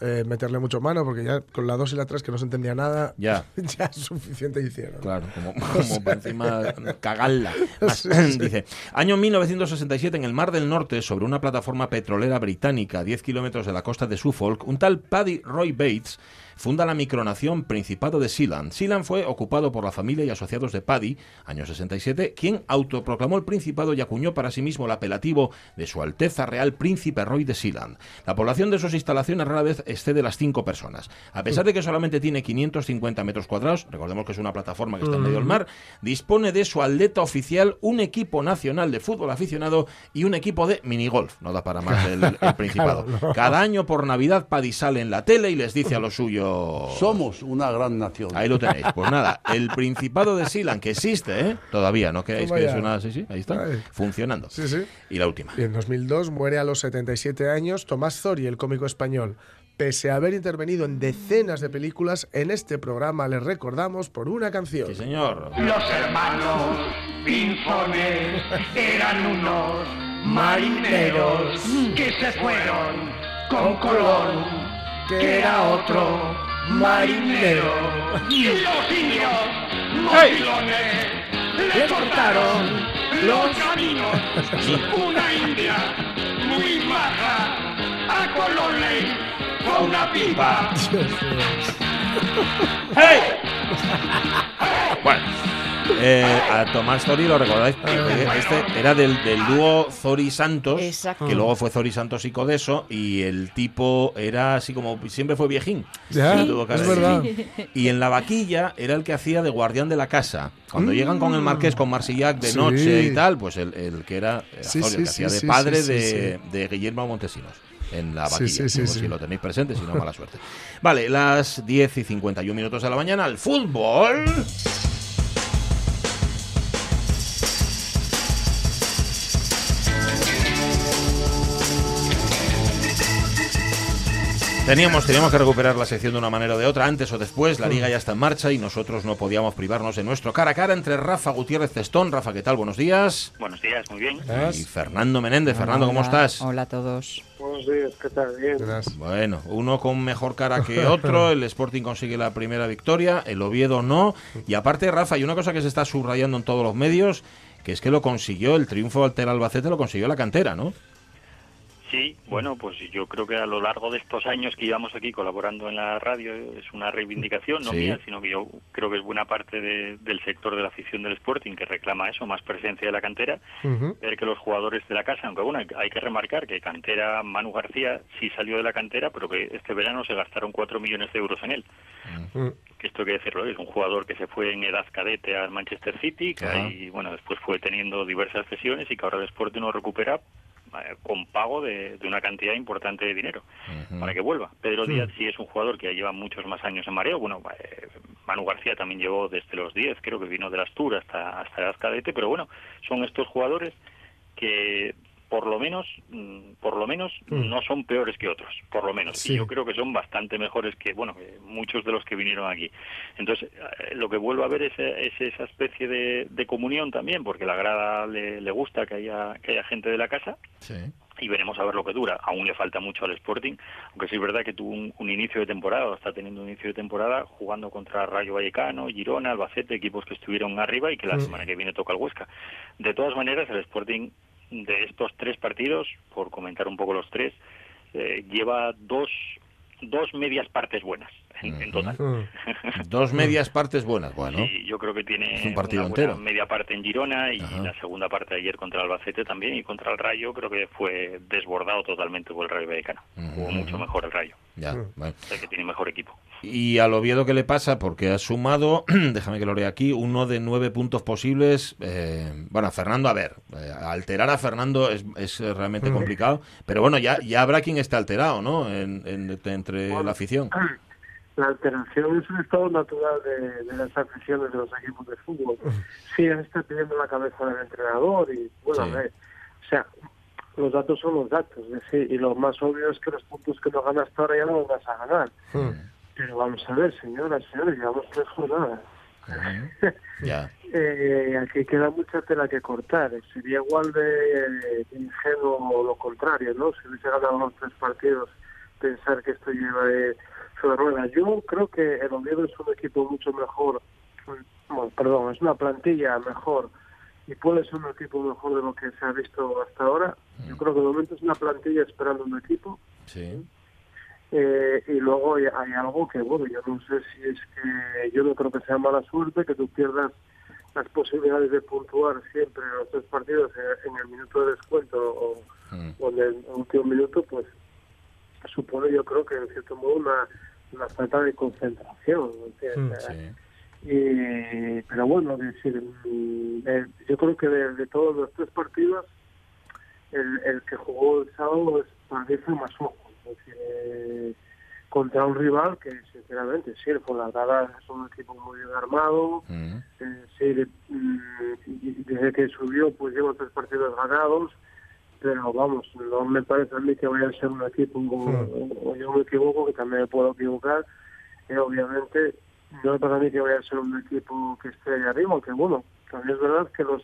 Speaker 3: eh, meterle mucho mano, porque ya con la 2 y la 3 que no se entendía nada,
Speaker 1: Ya.
Speaker 3: ya suficiente hicieron.
Speaker 1: Claro, como,
Speaker 3: O
Speaker 1: como
Speaker 3: sea,
Speaker 1: para encima cagarla. Más,
Speaker 3: Sí, sí.
Speaker 1: Dice, año 1967 en el Mar del Norte, sobre una plataforma petrolera británica a 10 kilómetros de la costa de Suffolk, un tal Paddy Roy Bates funda la micronación Principado de Sealand. Sealand fue ocupado por la familia y asociados de Paddy, año 67, quien autoproclamó el Principado y acuñó para sí mismo el apelativo de Su Alteza Real Príncipe Roy de Sealand. La población de sus instalaciones rara vez excede las 5 personas. A pesar de que solamente tiene 550 metros cuadrados, recordemos que es una plataforma que está en medio del mar, dispone de su atleta oficial, un equipo nacional de fútbol aficionado y un equipo de minigolf. No da para más el, el Principado.
Speaker 6: Claro, no.
Speaker 1: Cada año por Navidad Paddy sale en la tele y les dice a los suyos...
Speaker 6: Somos una gran nación.
Speaker 1: Ahí lo tenéis. Pues nada, el Principado de Silan, que existe, ¿eh? Todavía, ¿no? Que es
Speaker 3: Toma
Speaker 1: que
Speaker 3: ya.
Speaker 1: es una- Sí, sí, ahí está.
Speaker 3: Ay.
Speaker 1: Funcionando.
Speaker 3: Sí, sí.
Speaker 1: Y la última.
Speaker 3: Y en 2002 muere a los 77 años Tomás Zori, el cómico español. Pese a haber intervenido en decenas de películas, en este programa le recordamos por una canción. Sí,
Speaker 1: señor.
Speaker 15: Los hermanos Pinzones eran unos marineros que se fueron con Colón, que era otro marinero. Y los indios motilones le cortaron los caminos. Una india muy maja a colorle con una pipa.
Speaker 1: ¡Hey! Bueno. eh, a Tomás Zori lo recordáis, Eh, este era del, del dúo Zori Santos,
Speaker 2: Exacto.
Speaker 1: que luego fue Zori Santos y Codeso, y el tipo era así como, siempre fue viejín.
Speaker 3: Ya,
Speaker 1: Siempre tuvo cara
Speaker 3: es
Speaker 1: de
Speaker 3: verdad.
Speaker 1: viejín. Y en la vaquilla era el que hacía de guardián de la casa. Cuando llegan con el marqués, con Marsillac de
Speaker 3: Sí.
Speaker 1: noche y tal, pues el, el que era, era
Speaker 3: Sí,
Speaker 1: Zori, el
Speaker 3: sí,
Speaker 1: que
Speaker 3: sí,
Speaker 1: hacía de
Speaker 3: sí,
Speaker 1: padre
Speaker 3: sí, sí,
Speaker 1: de, de Guillermo Montesinos. En la
Speaker 3: Sí,
Speaker 1: vaquilla,
Speaker 3: sí, sí,
Speaker 1: digo,
Speaker 3: sí.
Speaker 1: si lo tenéis presente, si no, mala suerte. Vale, las 10 y 51 minutos de la mañana, al fútbol. Teníamos, teníamos que recuperar la sección de una manera o de otra, antes o después. La liga ya está en marcha y nosotros no podíamos privarnos de nuestro cara a cara entre Rafa Gutiérrez Cestón. Rafa, ¿qué tal? Buenos días.
Speaker 6: Buenos días, muy bien.
Speaker 1: Y Fernando Menéndez. Fernando, ¿cómo
Speaker 2: Hola,
Speaker 1: estás?
Speaker 2: Hola a todos.
Speaker 6: Buenos días, ¿qué tal? Bien.
Speaker 1: Bueno, uno con mejor cara que otro, el Sporting consigue la primera victoria, el Oviedo no. Y aparte, Rafa, hay una cosa que se está subrayando en todos los medios, que es que lo consiguió, el triunfo ante el Albacete lo consiguió la cantera, ¿no?
Speaker 6: Sí, bueno, pues yo creo que a lo largo de estos años que íbamos aquí colaborando en la radio es una reivindicación, no
Speaker 1: Sí.
Speaker 6: mía, sino que yo creo que es buena parte de- del sector de la afición del Sporting que reclama eso, más presencia de la cantera, ver que los jugadores de la casa, aunque bueno, hay- hay que remarcar que cantera Manu García sí salió de la cantera, pero que este verano se gastaron 4 millones de euros en él. que esto hay que decirlo, es un jugador que se fue en edad cadete al Manchester City, que
Speaker 1: Ajá.
Speaker 6: ahí, bueno, después fue teniendo diversas cesiones y que ahora el Sporting lo recupera eh, con pago de, de una cantidad importante de dinero para que vuelva. Pedro
Speaker 1: Sí.
Speaker 6: Díaz sí es un jugador que ya lleva muchos más años en mareo, bueno, eh, Manu García también llegó desde los 10, creo que vino de las Tour hasta, hasta edad cadete, pero bueno, son estos jugadores que por lo menos mm, por lo menos
Speaker 15: Mm.
Speaker 6: no son peores que otros por lo menos
Speaker 15: Sí.
Speaker 6: y yo creo que son bastante mejores que bueno que muchos de los que vinieron aquí entonces eh, lo que vuelvo a ver es, eh, es esa especie de, de comunión también porque la grada le, le gusta que haya que haya gente de la casa y veremos a ver lo que dura. Aún le falta mucho al Sporting, aunque sí es verdad que tuvo un, un inicio de temporada, o está teniendo un inicio de temporada jugando contra Rayo Vallecano, Girona, Albacete, equipos que estuvieron arriba y que la
Speaker 15: Mm.
Speaker 6: semana que viene toca el Huesca. De todas maneras, el Sporting de estos tres partidos, por comentar un poco los tres, eh, lleva dos, dos medias partes buenas en, en total.
Speaker 1: Dos medias partes buenas, bueno.
Speaker 6: Sí, yo creo que tiene
Speaker 1: Es un partido
Speaker 6: una buena
Speaker 1: entero.
Speaker 6: media parte en Girona y
Speaker 1: Ajá.
Speaker 6: la segunda parte de ayer contra el Albacete también y contra el Rayo creo que fue desbordado totalmente por el Rayo Vallecano. Jugó mucho mejor el Rayo.
Speaker 1: Ya, vale.
Speaker 6: O sea que tiene mejor equipo.
Speaker 1: Y al Oviedo, ¿qué le pasa? Porque ha sumado, déjame que lo lea aquí, uno de nueve puntos posibles. eh, bueno, Fernando, a ver, eh, alterar a Fernando es, es, eh, realmente
Speaker 6: Mm.
Speaker 1: complicado. Pero bueno, ya, ya habrá quien esté alterado, ¿no? En- en- entre la afición.
Speaker 20: La alteración es un estado natural de, de las aficiones de los equipos de fútbol. Sí, ahora está pidiendo la cabeza del entrenador y, bueno,
Speaker 15: Sí.
Speaker 20: a ver, o sea, los datos son los datos, es decir, y lo más obvio es que los puntos que no ganas tú ahora ya no los vas a ganar. Pero vamos a ver, señoras, señores, llevamos tres jornadas.
Speaker 1: Ya.
Speaker 20: Eh, aquí queda mucha tela que cortar. Sería igual de, de ingenuo lo contrario, ¿no? Si hubiese ganado los tres partidos, pensar que esto lleva eh, sobre ruedas. Yo creo que el Oviedo es un equipo mucho mejor, bueno, perdón, es una plantilla mejor y puede ser un equipo mejor de lo que se ha visto hasta ahora. Yo creo que de momento es una plantilla esperando un equipo.
Speaker 1: Sí.
Speaker 20: Eh, y luego hay, hay algo que, bueno, yo no sé si es que yo no creo que sea mala suerte que tú pierdas las posibilidades de puntuar siempre en los tres partidos eh, en el minuto de descuento o, o en el último minuto, pues supone yo creo que en cierto modo una, una falta de concentración. ¿me
Speaker 15: Mm.
Speaker 20: entiendes? Eh, pero bueno, es decir, mm, eh, yo creo que de, de todos los tres partidos, el, el que jugó el sábado es para mí fue más ojo. es decir, eh, contra un rival que, sinceramente, sí, el Fuenlabrada es un equipo muy bien armado. eh, sí, de- mm, y- y desde que subió, pues lleva tres partidos ganados. Pero vamos, no me parece a mí que vaya a ser un equipo, o, o yo me equivoco, que también me puedo equivocar. eh, obviamente, no me parece a mí que vaya a ser un equipo que esté ahí arriba, aunque bueno, también es verdad que los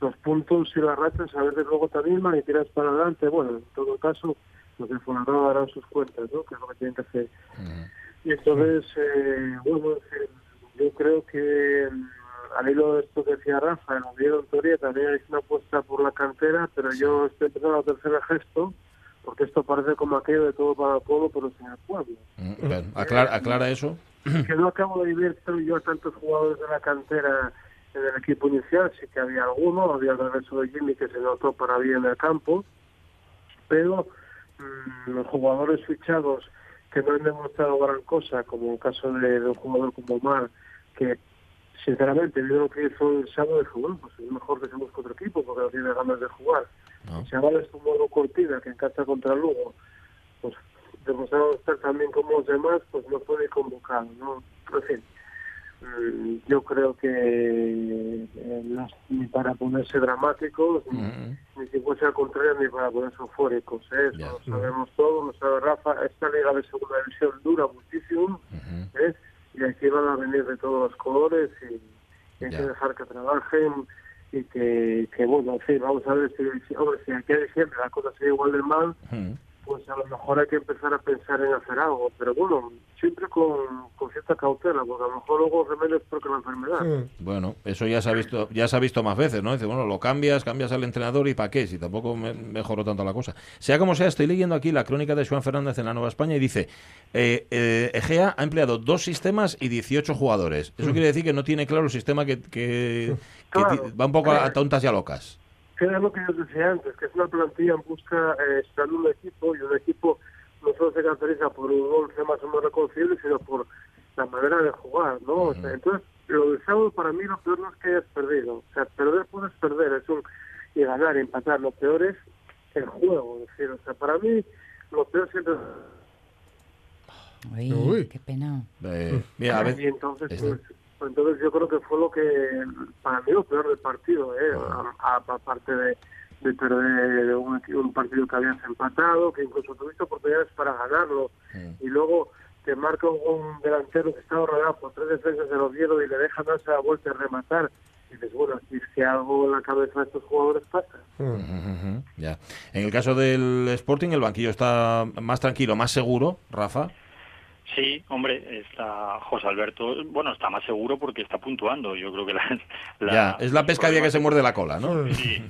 Speaker 20: los puntos y las rachas a veces luego te animan y tiras para adelante. Bueno, en todo caso, los de Fuenlabrada harán sus cuentas, ¿no? Que es lo que tienen que hacer. Y entonces, eh, bueno, eh, yo creo que mm, al hilo de esto que decía Rafa, el Oviedo en teoría también es una apuesta por la cantera, pero yo estoy empezando a tercer gesto, porque esto parece como aquello de todo para el pueblo, pero sin el pueblo.
Speaker 1: Mm, claro. aclara, aclara
Speaker 20: eh,
Speaker 1: eso.
Speaker 20: que no acabo de ver pero yo a tantos jugadores de la cantera en el equipo inicial, sí que había alguno, había el regreso de Jimmy que se notó para bien en el campo, pero mm, los jugadores fichados que no han demostrado gran cosa, como el caso de, de un jugador como Omar, que sinceramente yo lo que hizo el sábado de jugar, pues es mejor que se busque otro equipo porque no tiene ganas de jugar. El chaval es un modo cortina que encanta contra Lugo, pues demostraron estar también como los demás, pues no puede convocar, ¿no? eh, En fin, mm, yo creo que eh, no es ni para ponerse dramáticos,
Speaker 15: Mm.
Speaker 20: ni, ni si fuese al contrario, ni para ponerse eufóricos, ¿eh? Eso lo sabemos todos, lo sabe Rafa, esta liga de segunda división dura muchísimo, ¿eh? Y aquí van a venir de todos los colores y, y hay que dejar que trabajen y que, que bueno, en fin, vamos a ver si, hombre, si aquí a diciembre la cosa sigue igual de mal, pues a lo mejor hay que empezar a pensar en hacer algo, pero bueno, siempre con, con cierta cautela, porque a lo mejor luego remedios porque la enfermedad.
Speaker 1: Bueno, eso ya se ha visto, ya se ha visto más veces, ¿no? Dice, bueno, lo cambias, cambias al entrenador y para qué, si tampoco me- mejoró tanto la cosa. Sea como sea, estoy leyendo aquí la crónica de Juan Fernández en la Nueva España y dice, eh, eh, Egea ha empleado dos sistemas y 18 jugadores. Eso
Speaker 20: Mm.
Speaker 1: quiere decir que no tiene claro el sistema que, que- que
Speaker 20: Claro.
Speaker 1: ti- va un poco a tontas y a locas.
Speaker 20: Que era lo que yo decía antes, que es una plantilla en busca eh, estar un equipo y un equipo no solo se caracteriza por un once más o menos reconocible, sino por la manera de jugar, ¿no? O sea, entonces, lo del sábado para mí lo peor no es que hayas perdido. O sea, perder puedes perder, es un... Y ganar, empatar, lo peor es el juego. Es decir, o sea, para mí lo peor siempre es
Speaker 2: Uy,
Speaker 1: Uy.
Speaker 2: qué pena.
Speaker 1: Eh, mira, a
Speaker 20: Ah,
Speaker 1: ver-
Speaker 20: y entonces,
Speaker 1: este.
Speaker 20: pues, pues entonces yo creo que fue lo que, para mí, lo peor del partido, ¿eh?
Speaker 1: Ah.
Speaker 20: A- a- aparte de, de perder un, equi- un partido que habías empatado, que incluso tuviste oportunidades para ganarlo,
Speaker 1: Mm.
Speaker 20: y luego te marca un delantero que estaba rodeado por tres defensas de los hielos y le dejan darse la vuelta y rematar. Y dices, bueno, si es que algo en la cabeza de estos jugadores pasa.
Speaker 1: Ujú, ya. En el caso del Sporting, el banquillo está más tranquilo, más seguro, Rafa.
Speaker 6: Sí, hombre, está José Alberto, bueno, está más seguro porque está puntuando. Yo creo que la- la-
Speaker 1: ya, es la pescadilla que se muerde la cola, ¿no?
Speaker 6: Sí,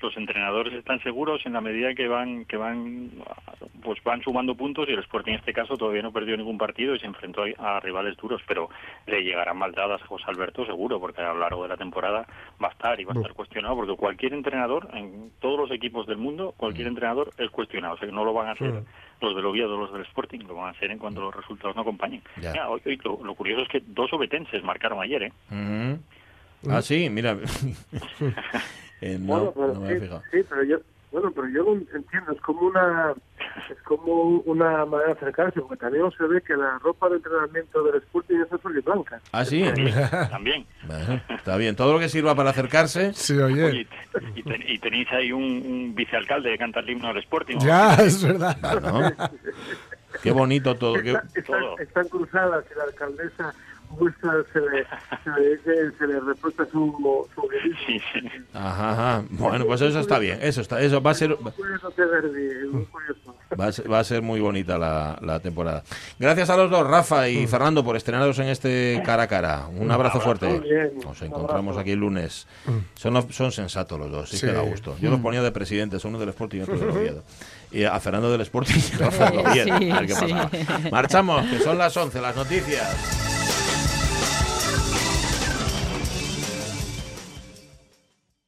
Speaker 6: los entrenadores están seguros en la medida que van que van pues van sumando puntos y el Sporting en este caso todavía no perdió ningún partido y se enfrentó a, a rivales duros, pero le llegarán maldadas a José Alberto seguro porque a lo largo de la temporada va a estar y va a estar cuestionado porque cualquier entrenador en todos los equipos del mundo, cualquier entrenador es cuestionado, o sea, que no lo van a hacer los del Oviedo, los del Sporting, lo van a hacer en cuanto los resultados no acompañen.
Speaker 1: Ya.
Speaker 6: Mira, hoy- hoy lo, lo curioso es que dos obetenses marcaron ayer, ¿eh?
Speaker 1: Ujú. Ah, sí, mira. Eh, no,
Speaker 20: Bueno, pero
Speaker 1: no me había
Speaker 20: sí,
Speaker 1: fijado.
Speaker 20: sí, pero yo, bueno, pero yo lo entiendo, es como una es como una manera de acercarse, porque también se ve que la ropa de entrenamiento del Sporting es azul y blanca.
Speaker 1: Ah, sí.
Speaker 6: También.
Speaker 1: Bueno, está bien, todo lo que sirva para acercarse.
Speaker 3: Sí, oye.
Speaker 6: Oye, y, ten- y tenéis ahí un, un vicealcalde que canta el himno del Sporting.
Speaker 3: Ya, es verdad.
Speaker 1: Bueno, qué bonito todo. qué-
Speaker 20: Están, están cruzadas y la alcaldesa vuestra se le, se le, dice- se le reprocha su, su
Speaker 6: Sí,
Speaker 1: Ajá, ajá. Bueno, pues eso está bien. Eso está, eso va a ser,
Speaker 20: Muy curioso que Verdi, es muy curioso.
Speaker 1: va a ser, va a ser muy bonita la, la temporada. Gracias a los dos, Rafa y Fernando, por estrenaros en este cara a cara. Un abrazo
Speaker 20: Muy
Speaker 1: fuerte.
Speaker 20: bien,
Speaker 1: Nos
Speaker 20: un
Speaker 1: encontramos
Speaker 20: abrazo.
Speaker 1: aquí el lunes. Son, los- son sensatos los dos, sí,
Speaker 3: Sí.
Speaker 1: que da gusto. Yo los
Speaker 3: Mm.
Speaker 1: ponía de presidentes, uno del Sporting y otro del Oviedo. Y a Fernando del Sporting y a Rafa del Oviedo.
Speaker 3: Eh, Sí,
Speaker 1: a ver qué
Speaker 3: sí.
Speaker 1: pasaba. Marchamos, que son las 11, las noticias.